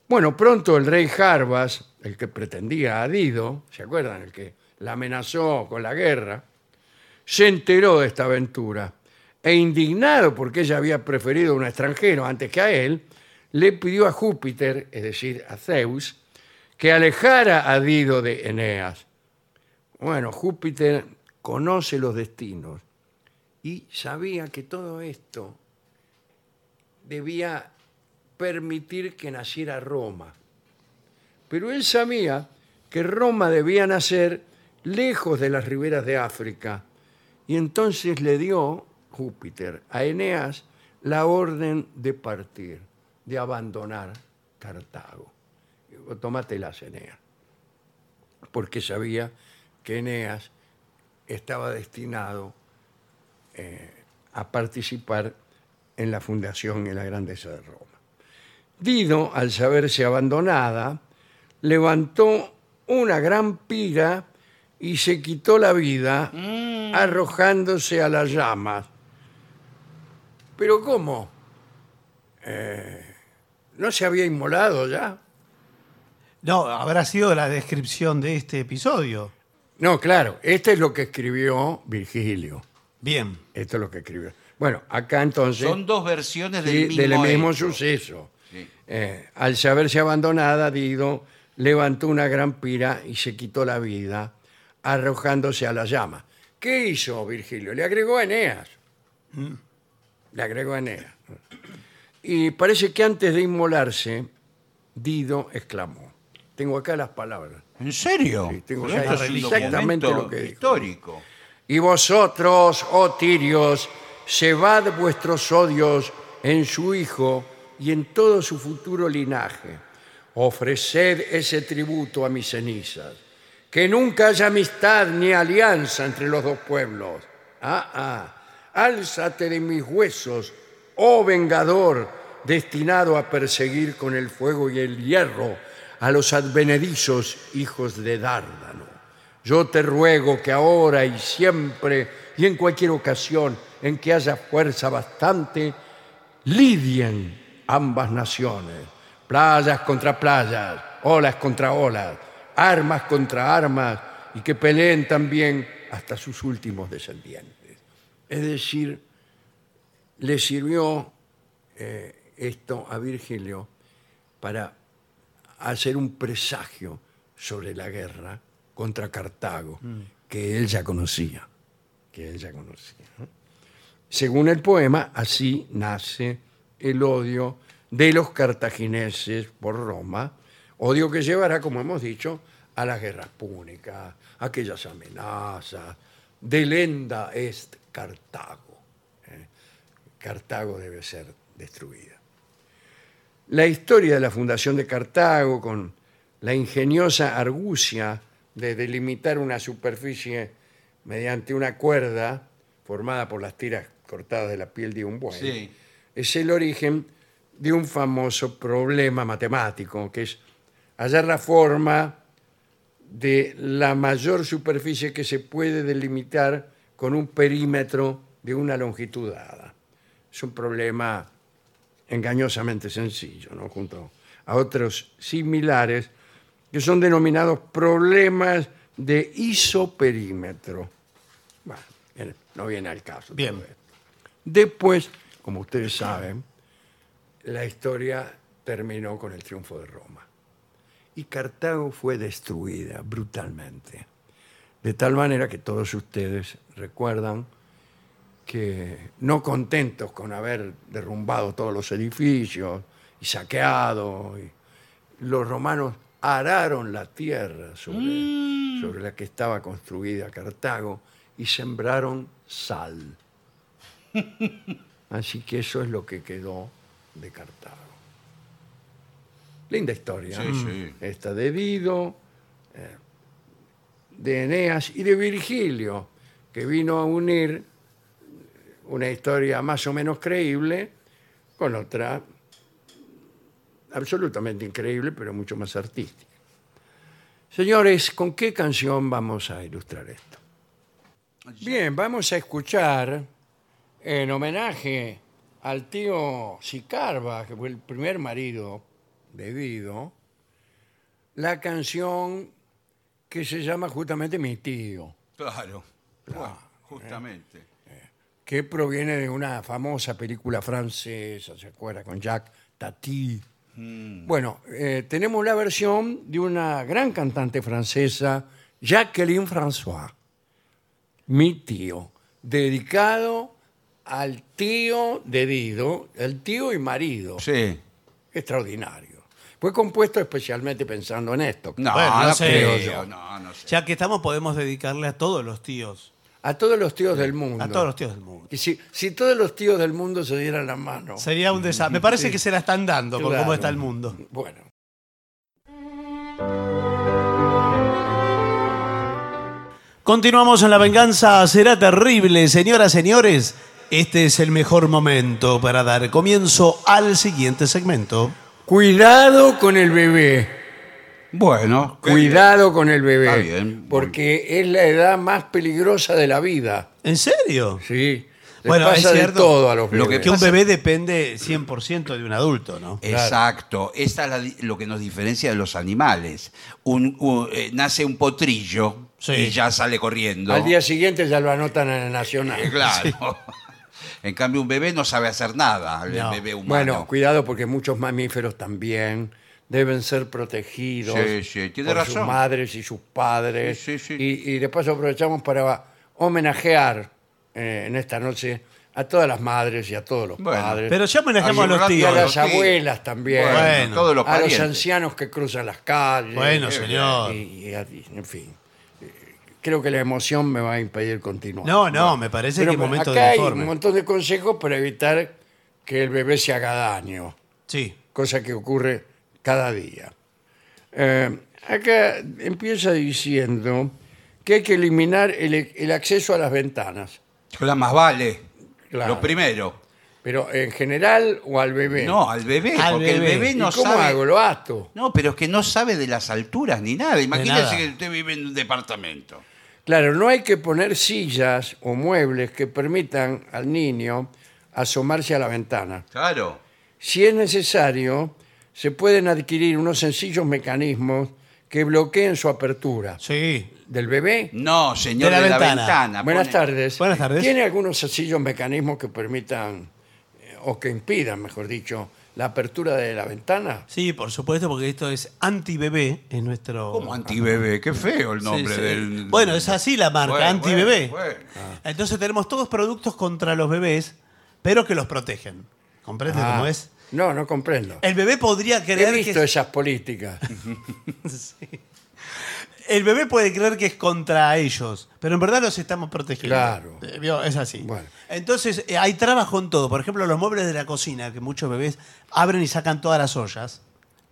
A: Bueno, pronto el rey Jarbas, el que pretendía a Dido, ¿se acuerdan? El que la amenazó con la guerra, se enteró de esta aventura e indignado porque ella había preferido a un extranjero antes que a él, le pidió a Júpiter, es decir, a Zeus, que alejara a Dido de Eneas. Bueno, Júpiter conoce los destinos y sabía que todo esto debía permitir que naciera Roma. Pero él sabía que Roma debía nacer lejos de las riberas de África. Y entonces le dio Júpiter a Eneas la orden de partir, de abandonar Cartago. Y vos Tómatelas, Eneas. Porque sabía que Eneas estaba destinado eh, a participar en la fundación y la grandeza de Roma. Dido, al saberse abandonada, levantó una gran pira y se quitó la vida
B: Mm.
A: arrojándose a las llamas. ¿Pero cómo? Eh, ¿No se había inmolado ya?
C: No, habrá sido la descripción de este episodio.
A: No, claro, este es lo que escribió Virgilio.
C: Bien.
A: Esto es lo que escribió. Bueno, acá entonces...
B: Son dos versiones
A: Sí,
B: del mismo, hecho.
A: suceso.
B: Sí.
A: Eh, al saberse abandonada, Dido levantó una gran pira y se quitó la vida, arrojándose a la llama. ¿Qué hizo Virgilio? Le agregó a Eneas. Le agregó a Eneas. Y parece que antes de inmolarse, Dido exclamó. Tengo acá las palabras.
B: ¿En serio?
A: Sí, tengo
B: Pero
A: ya
B: esto es un
A: exactamente
B: documento
A: lo que dijo.
B: histórico.
A: Y vosotros, oh tirios, cevad vuestros odios en su hijo y en todo su futuro linaje. Ofreced ese tributo a mis cenizas. Que nunca haya amistad ni alianza entre los dos pueblos. Ah, ah. Álzate de mis huesos, oh vengador, destinado a perseguir con el fuego y el hierro a los advenedizos hijos de Dárdano. Yo te ruego que ahora y siempre y en cualquier ocasión en que haya fuerza bastante, lidien ambas naciones, playas contra playas, olas contra olas, armas contra armas, y que peleen también hasta sus últimos descendientes. Es decir, le sirvió eh, esto a Virgilio para hacer un presagio sobre la guerra contra Cartago, que él ya conocía, que él ya conocía. Según el poema, así nace el odio de los cartagineses por Roma, odio que llevará, como hemos dicho, a las guerras púnicas, aquellas amenazas, delenda est Cartago. ¿eh? Cartago debe ser destruida. La historia de la fundación de Cartago, con la ingeniosa argucia de delimitar una superficie mediante una cuerda formada por las tiras cortadas de la piel de un buey,
B: Sí.
A: es el origen de un famoso problema matemático, que es hallar la forma de la mayor superficie que se puede delimitar con un perímetro de una longitud dada. Es un problema engañosamente sencillo, ¿no? junto a otros similares que son denominados problemas de isoperímetro. Bueno, bien, no viene al caso.
C: Bien.
A: todo esto. Después, como ustedes saben, la historia terminó con el triunfo de Roma. Y Cartago fue destruida brutalmente. De tal manera que todos ustedes recuerdan que no contentos con haber derrumbado todos los edificios y saqueado, y- los romanos araron la tierra sobre, sobre la que estaba construida Cartago y sembraron sal. Así que eso es lo que quedó de Cartago. Linda historia. ¿eh?
B: Sí, sí.
A: Esta de Dido, eh, de Eneas y de Virgilio, que vino a unir una historia más o menos creíble con otra absolutamente increíble, pero mucho más artística. Señores, ¿con qué canción vamos a ilustrar esto? Bien, vamos a escuchar en homenaje al tío Sicarba, que fue el primer marido de Guido, la canción que se llama justamente Mi tío,
B: Claro. Bueno,
A: eh.
B: justamente.
A: que proviene de una famosa película francesa, ¿se acuerda? Con Jacques Tati.
B: Mm.
A: Bueno, eh, tenemos la versión de una gran cantante francesa, Jacqueline François, mi tío, dedicado al tío de Dido, el tío y marido.
B: Sí.
A: Extraordinario. Fue compuesto especialmente pensando en esto.
B: No,
C: Bueno, no
B: no
C: sé.
B: creo yo. No, no sé.
C: Ya que estamos, podemos dedicarle a todos los tíos.
A: A todos los tíos del mundo.
C: A todos los tíos del mundo.
A: Y si, si todos los tíos del mundo se dieran la mano.
C: Sería un desastre. Me parece que se la están dando por
A: Claro.
C: cómo está el mundo.
A: Bueno.
C: Continuamos en La Venganza Será Terrible. Señoras, señores, este es el mejor momento para dar comienzo al siguiente segmento.
A: Cuidado con el bebé.
B: Bueno,
A: Cuidado con el bebé.
B: Está bien.
A: Porque es la edad más peligrosa de la vida.
C: ¿En serio?
A: Sí. Les
C: Bueno,
A: pasa
C: es
A: de
C: cierto
A: todo a los
B: lo
A: bebés.
B: que
C: Que un bebé depende 100% de un adulto, ¿no?
B: Eh, Exacto. Esta es la di- lo que nos diferencia de los animales. Un, un- eh, nace un potrillo
C: Sí.
B: y ya sale corriendo.
A: Al día siguiente ya lo anotan en el Nacional.
B: Eh, Claro. En cambio, un bebé no sabe hacer nada, el
C: No.
B: bebé humano.
A: Bueno, cuidado porque muchos mamíferos también deben ser protegidos
B: Sí, sí, tiene
A: por sus
B: razón.
A: madres y sus padres.
B: Sí, sí, sí.
A: Y, y de paso aprovechamos para homenajear eh, en esta noche a todas las madres y a todos los
B: Bueno,
A: padres.
C: Pero ya manejamos a
B: Hay un
C: los
B: rato
A: y a
B: de
C: tíos.
A: las
B: los tíos.
A: abuelas también.
B: Bueno,
C: Bueno.
B: todos los
A: a los
B: parientes.
A: ancianos que cruzan las calles.
C: Bueno,
A: Eh,
C: señor.
A: Y, y a- y, en fin, eh, creo que la emoción me va a impedir continuar.
C: No, no, me parece
A: Pero
C: que es momento
A: acá
C: de
A: hay
C: informe.
A: un montón de consejos para evitar que el bebé se haga daño,
C: Sí.
A: cosa que ocurre cada día. Eh, acá empieza diciendo que hay que eliminar el, el acceso a las ventanas,
B: Claro, más vale.
A: Claro.
B: Lo primero.
A: pero en general o al bebé.
B: No, al bebé,
C: Al
B: porque
C: bebé.
B: el bebé
A: ¿Y
B: no
A: cómo
B: sabe.
A: hago? ¿Lo ato?
B: No, pero es que no sabe de las alturas ni nada. Imagínese
C: nada.
B: que usted vive en un departamento.
A: Claro, no hay que poner sillas o muebles que permitan al niño asomarse a la ventana.
B: Claro.
A: Si es necesario, se pueden adquirir unos sencillos mecanismos que bloqueen su apertura.
C: Sí.
A: ¿Del bebé?
B: No, señor
C: De
B: de la,
C: la ventana.
B: ventana.
A: Buenas
B: Pone-
A: tardes.
C: Buenas tardes.
A: ¿Tiene algunos sencillos mecanismos que permitan eh, o que impidan, mejor dicho, la apertura de la ventana?
C: Sí, por supuesto, porque esto es anti-bebé, es nuestro...
B: ¿Cómo antibebé? Qué feo el
C: Sí,
B: nombre
C: sí.
B: del.
C: Bueno, es así la marca,
B: Bueno,
C: anti-bebé.
B: bueno, bueno.
C: Entonces tenemos todos productos contra los bebés, pero que los protegen. ¿Comprende
A: Ah,
C: cómo es?
A: No, no comprendo.
C: El bebé podría
A: He
C: creer
A: visto
C: que...
A: esas políticas.
C: El bebé puede creer que es contra ellos, pero en verdad los estamos protegiendo.
A: Claro.
C: Eh, ¿vio? Es así.
A: Bueno.
C: Entonces, eh, hay trabas con todo. Por ejemplo, los muebles de la cocina, que muchos bebés abren y sacan todas las ollas,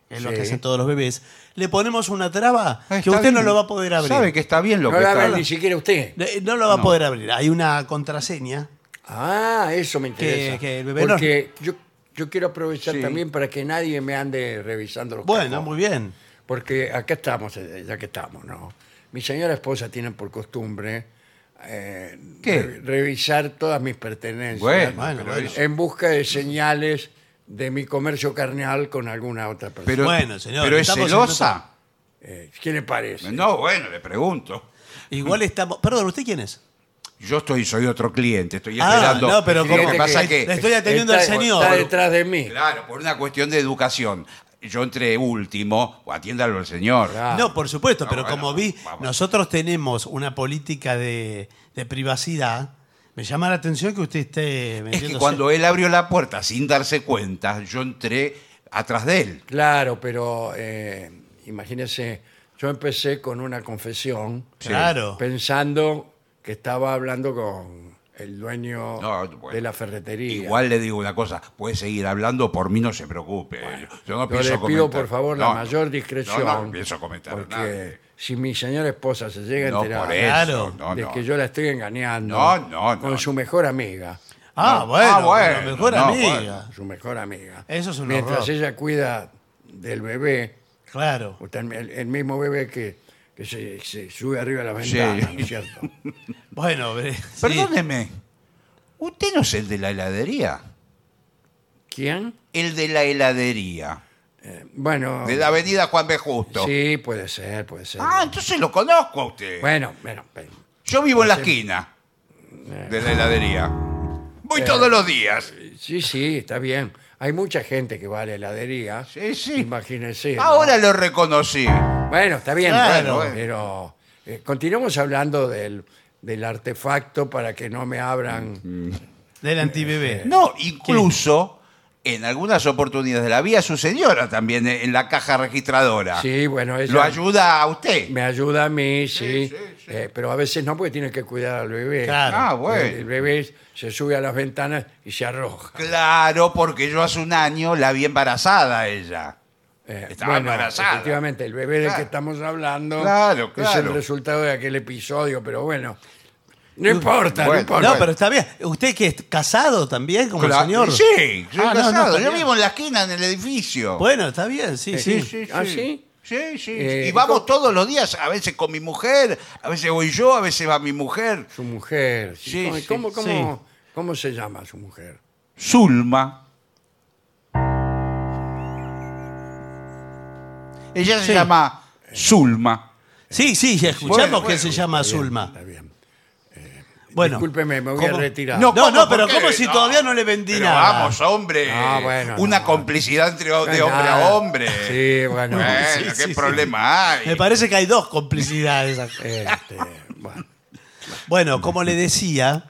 C: que es lo
A: Sí.
C: que hacen todos los bebés. Le ponemos una traba
B: Ah,
C: que
B: está
C: usted no
B: bien.
C: lo va a poder abrir.
B: Sabe que está bien lo
A: No
B: que
A: la
B: está.
A: habla ni siquiera usted.
C: Eh, No lo va a
B: No.
C: poder abrir. Hay una contraseña.
A: Ah, eso me
C: Que-
A: interesa.
C: que el bebé no-
A: Porque yo, yo quiero aprovechar
B: Sí.
A: también para que nadie me ande revisando los
C: Bueno,
A: cajones.
C: muy bien.
A: Porque acá estamos, eh, ya que estamos, ¿no? Mi señora esposa tiene por costumbre eh,
B: ¿Qué?
A: re- revisar todas mis pertenencias
B: Bueno,
C: Bueno,
B: pero,
C: bueno.
B: es-
A: en busca de señales de mi comercio carnal con alguna otra persona.
B: pero-
C: Bueno, señor,
B: pero es
C: estamos en
B: celosa.
A: Eh, ¿Qué le parece?
B: No, bueno, le pregunto.
C: Igual estamos. Perdón, ¿usted quién es?
B: Yo estoy, soy otro cliente, estoy
C: Ah,
B: esperando.
C: no, pero
B: lo
A: como-
B: que pasa
A: le-
B: que,
C: le estoy atendiendo al
A: Está-
C: señor.
A: Está detrás de mí.
B: claro, por una cuestión de educación, yo entré último, o atiéndalo al señor.
A: Claro. Ah.
C: no, por supuesto,
B: No,
C: pero
B: bueno,
C: como vi,
B: vamos.
C: nosotros tenemos una política de, de privacidad. Me llama la atención que usted
B: Es
C: esté
B: que
C: metiéndose.
B: cuando él abrió la puerta sin darse cuenta, yo entré atrás de él.
A: Claro, pero eh, imagínense, yo empecé con una confesión.
C: Claro.
A: pensando que estaba hablando con el dueño
B: No, bueno.
A: de la ferretería.
B: Igual le digo una cosa, puede seguir hablando por mí, no se preocupe. yo no
A: Yo
B: pienso
A: le pido
B: comentar.
A: por favor
B: No,
A: la
B: no.
A: mayor discreción.
B: No, no pienso comentar
A: Porque
B: nada.
A: si mi señora esposa se llega a
B: No
A: enterar
B: por eso.
C: Claro.
B: no,
A: de
B: no.
A: que yo la estoy engañando
B: No, no, no.
A: con su mejor amiga,
C: ah,
B: Ah,
C: bueno,
B: bueno,
C: pero mejor
B: no,
C: amiga.
B: bueno.
A: su mejor amiga.
C: Eso es un
A: Mientras
C: horror.
A: ella cuida del bebé,
C: Claro.
A: o tan- el, el mismo bebé que, que se, se sube arriba de la ventana,
B: Sí.
A: ¿no es cierto?
C: Bueno, eh, sí.
B: Perdóneme, ¿usted no es el de la heladería?
A: ¿Quién?
B: El de la heladería,
A: Eh, bueno,
B: de la avenida Juan B. Justo.
A: sí, puede ser, puede ser.
B: Ah, entonces lo conozco a usted.
A: bueno, bueno, eh, pero-
B: Yo vivo en la esquina
A: Eh.
B: de la heladería. Voy todos los días.
A: Sí, sí, está bien. Hay mucha gente que va a la heladería.
B: Sí, sí.
A: Imagínense. ¿no?
B: Ahora lo reconocí.
A: Bueno, está bien,
C: Claro.
A: bueno, pero eh, continuemos hablando del, del artefacto para que no me abran.
C: Del antibebé.
B: No, incluso en algunas oportunidades de la vía su señora también eh, en la caja registradora.
A: Sí, bueno, ella
B: Lo ayuda a usted.
A: me ayuda a mí, sí.
B: Sí, sí, sí.
A: Eh, pero a veces no, porque tiene que cuidar al bebé.
C: Claro.
B: Ah,
A: El, el
B: bueno.
A: bebé se sube a las ventanas y se arroja.
B: Claro, porque yo hace un año la vi embarazada ella.
A: Eh,
B: Estaba embarazada.
A: Efectivamente, el bebé del
B: Claro.
A: que estamos hablando
B: Claro,
A: es el
B: claro.
A: resultado de aquel episodio, pero bueno. No importa, no
B: Bueno.
A: importa.
C: No, pero está bien. ¿Usted que es casado también, como
B: Cla-
C: el señor?
B: Sí, yo,
C: Ah, no, no,
B: casado.
C: está
B: yo
C: bien.
B: vivo en la esquina, en el edificio.
C: Bueno, está bien, sí, sí.
A: ¿Ah, sí?
B: Sí, sí.
A: Eh,
B: y vamos
A: ¿cómo?
B: todos los días, a veces con mi mujer, a veces voy yo, a veces va mi mujer.
A: Su mujer. sí.
B: Sí,
A: ¿Cómo,
B: sí,
A: cómo, cómo-
C: sí.
A: cómo se llama su mujer?
B: Zulma. Ella se
C: Sí.
B: llama Zulma.
C: Sí, sí, ya escuchamos
B: Bueno,
C: que
B: bueno,
C: se llama
A: Está bien,
C: Zulma.
A: Está bien.
C: Bueno,
A: Discúlpeme, me voy a
C: ¿cómo?
A: retirar.
C: No,
B: ¿cómo?
C: no, pero
B: ¿Por qué?
C: ¿cómo si todavía no le vendí
B: Pero
C: nada?
B: Vamos, hombre.
A: Ah, bueno,
B: Una
A: no.
B: complicidad entre ho- de
A: No,
B: hombre
A: nada.
B: a hombre.
A: Sí, bueno.
B: Bueno,
C: Sí,
B: ¿qué
C: sí, sí.
B: problema hay?
C: Me parece que hay dos complicidades. acá.
A: Este, bueno.
C: bueno, como le decía,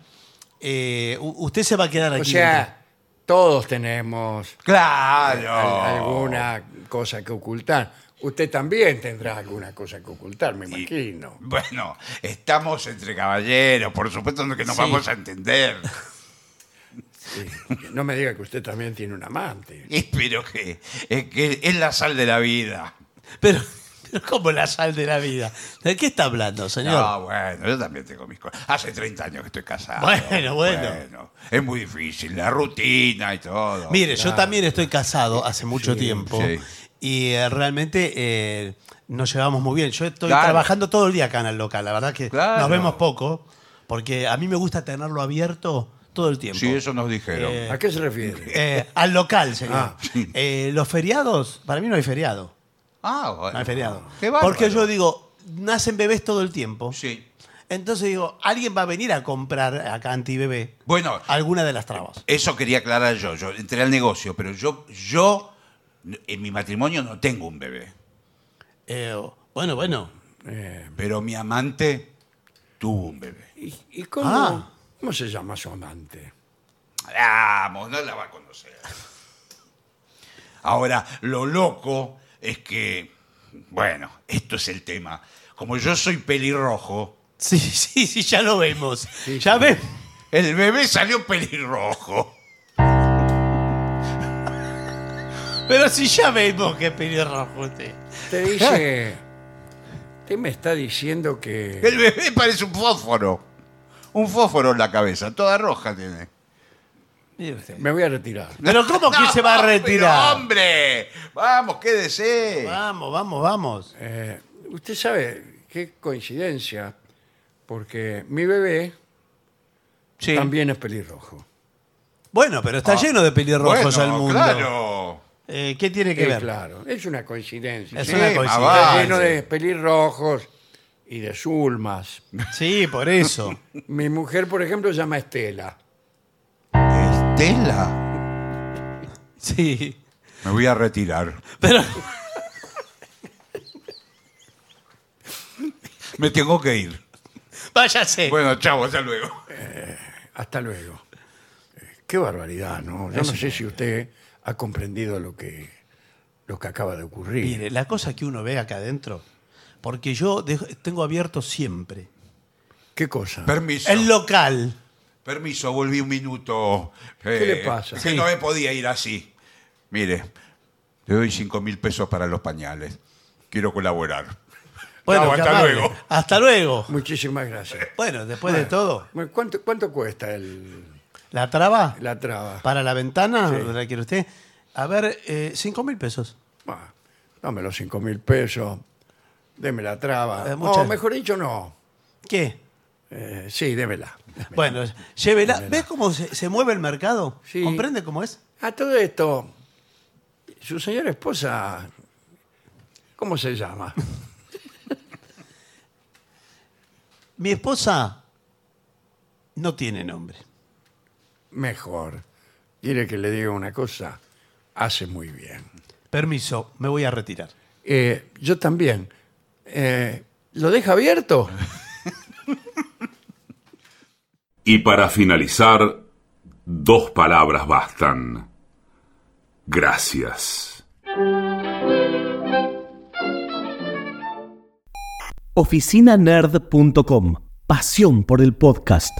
C: eh, u- usted se va a quedar aquí.
A: O sea, todos tenemos
B: Claro.
A: al- alguna cosa que ocultar. usted también tendrá alguna cosa que ocultar, me
B: Y-
A: imagino.
B: Bueno, estamos entre caballeros, por supuesto que nos
C: Sí.
B: vamos a entender.
A: Sí. No me diga que usted también tiene un amante.
B: Y- Pero que es, que es la sal de la vida.
C: Pero, pero como la sal de la vida. ¿De qué está hablando, señor?
B: No, bueno, yo también tengo mis cosas. Hace 30 años que estoy casado.
C: Bueno, bueno.
B: es muy difícil, la rutina y todo.
C: Mire, yo
A: claro.
C: también estoy casado hace mucho tiempo
B: sí.
C: y eh, realmente eh, nos llevamos muy bien. Yo estoy
B: Claro.
C: trabajando todo el día acá en el local, la verdad que
B: Claro.
C: nos vemos poco, porque a mí me gusta tenerlo abierto todo el tiempo.
B: Sí, eso nos dijeron.
C: Eh,
A: ¿A qué se refiere?
C: Eh, al local, señor.
A: Ah,
C: Eh, los feriados, para mí no hay feriado.
B: ah, bueno.
C: No hay feriado.
B: Qué bárbaro.
C: Porque yo digo, nacen bebés todo el tiempo.
B: Sí.
C: Entonces digo, alguien va a venir a comprar acá antibebé
B: Bueno,
C: alguna de las trabas.
B: Eso quería aclarar yo. Yo entré al negocio, pero yo, yo en mi matrimonio no tengo un bebé.
C: Eh, bueno, bueno.
A: Eh,
B: Pero mi amante tuvo un bebé.
A: ¿Y, y cómo,
C: Ah.
A: cómo se llama su amante?
B: Vamos, no la va a conocer. Ahora, lo loco es que, bueno, esto es el tema. Como yo soy pelirrojo,
C: Sí, sí, sí, ya lo vemos.
A: Sí,
C: ya
A: sí.
C: ves.
B: el bebé salió pelirrojo.
C: Pero si ya vemos que pelirrojo usted.
A: Te dice. Usted me está diciendo que.
B: El bebé parece un fósforo. Un fósforo en la cabeza, toda roja tiene.
C: Mire usted.
A: Me voy a retirar.
C: Pero ¿cómo que se va a
B: pero
C: retirar?
B: ¡Hombre! ¡Vamos, quédese!
C: Vamos, vamos, vamos.
A: Eh, usted sabe qué coincidencia, porque mi bebé
B: Sí.
A: también es pelirrojo.
C: Bueno, pero está lleno de pelirrojos
B: Bueno,
C: al mundo.
B: Claro.
C: Eh, ¿Qué tiene que
A: Eh,
C: ver?
A: claro, es una coincidencia.
C: Es
B: Sí,
C: una
B: más
C: coincidencia.
A: Está
B: vale.
A: lleno de pelirrojos y de zulmas.
C: Sí, por eso.
A: Mi mujer, por ejemplo, se llama Estela.
B: Estela.
C: Sí.
B: Me voy a retirar.
C: Pero,
B: Me tengo que ir.
C: váyase.
B: Bueno, chavo, hasta luego.
A: Hasta luego. Eh, Qué barbaridad, ¿no? Yo no sé si usted ha comprendido lo que, lo que acaba de ocurrir.
C: Mire, la cosa que uno ve acá adentro, porque yo dej- tengo abierto siempre
A: ¿Qué cosa?
B: Permiso.
C: el local.
B: Permiso, volví un minuto. Eh,
A: ¿Qué le pasa?
B: Que
C: Sí.
B: no me podía ir así. Mire, te doy cinco mil pesos para los pañales. Quiero colaborar.
C: Bueno,
B: Chau,
C: qué
B: hasta
C: amable.
B: luego.
C: Hasta luego.
A: Muchísimas gracias.
C: Bueno, después de todo,
A: Bueno, ¿Cuánto, cuánto cuesta el,
C: la traba
A: la traba?
C: para la ventana,
A: Sí.
C: ¿la quiere usted? A ver, eh, cinco mil pesos.
A: Bah, dame los cinco mil pesos, démela traba.
C: Eh,
A: o
C: muchas-
A: mejor dicho, no.
C: ¿Qué?
A: Eh, sí, démela.
C: Bueno, llévela. ¿Ves cómo se, se mueve el mercado?
A: Sí.
C: ¿Comprende cómo es?
A: A todo esto, su señora esposa, ¿cómo se llama?
C: Mi esposa no tiene nombre.
A: Mejor. Quiere que le diga una cosa, hace muy bien.
C: Permiso, me voy a retirar.
A: Eh, yo también. Eh, ¿Lo deja abierto?
D: Y para finalizar, dos palabras bastan. Gracias.
E: oficinanerd.com. Pasión por el podcast.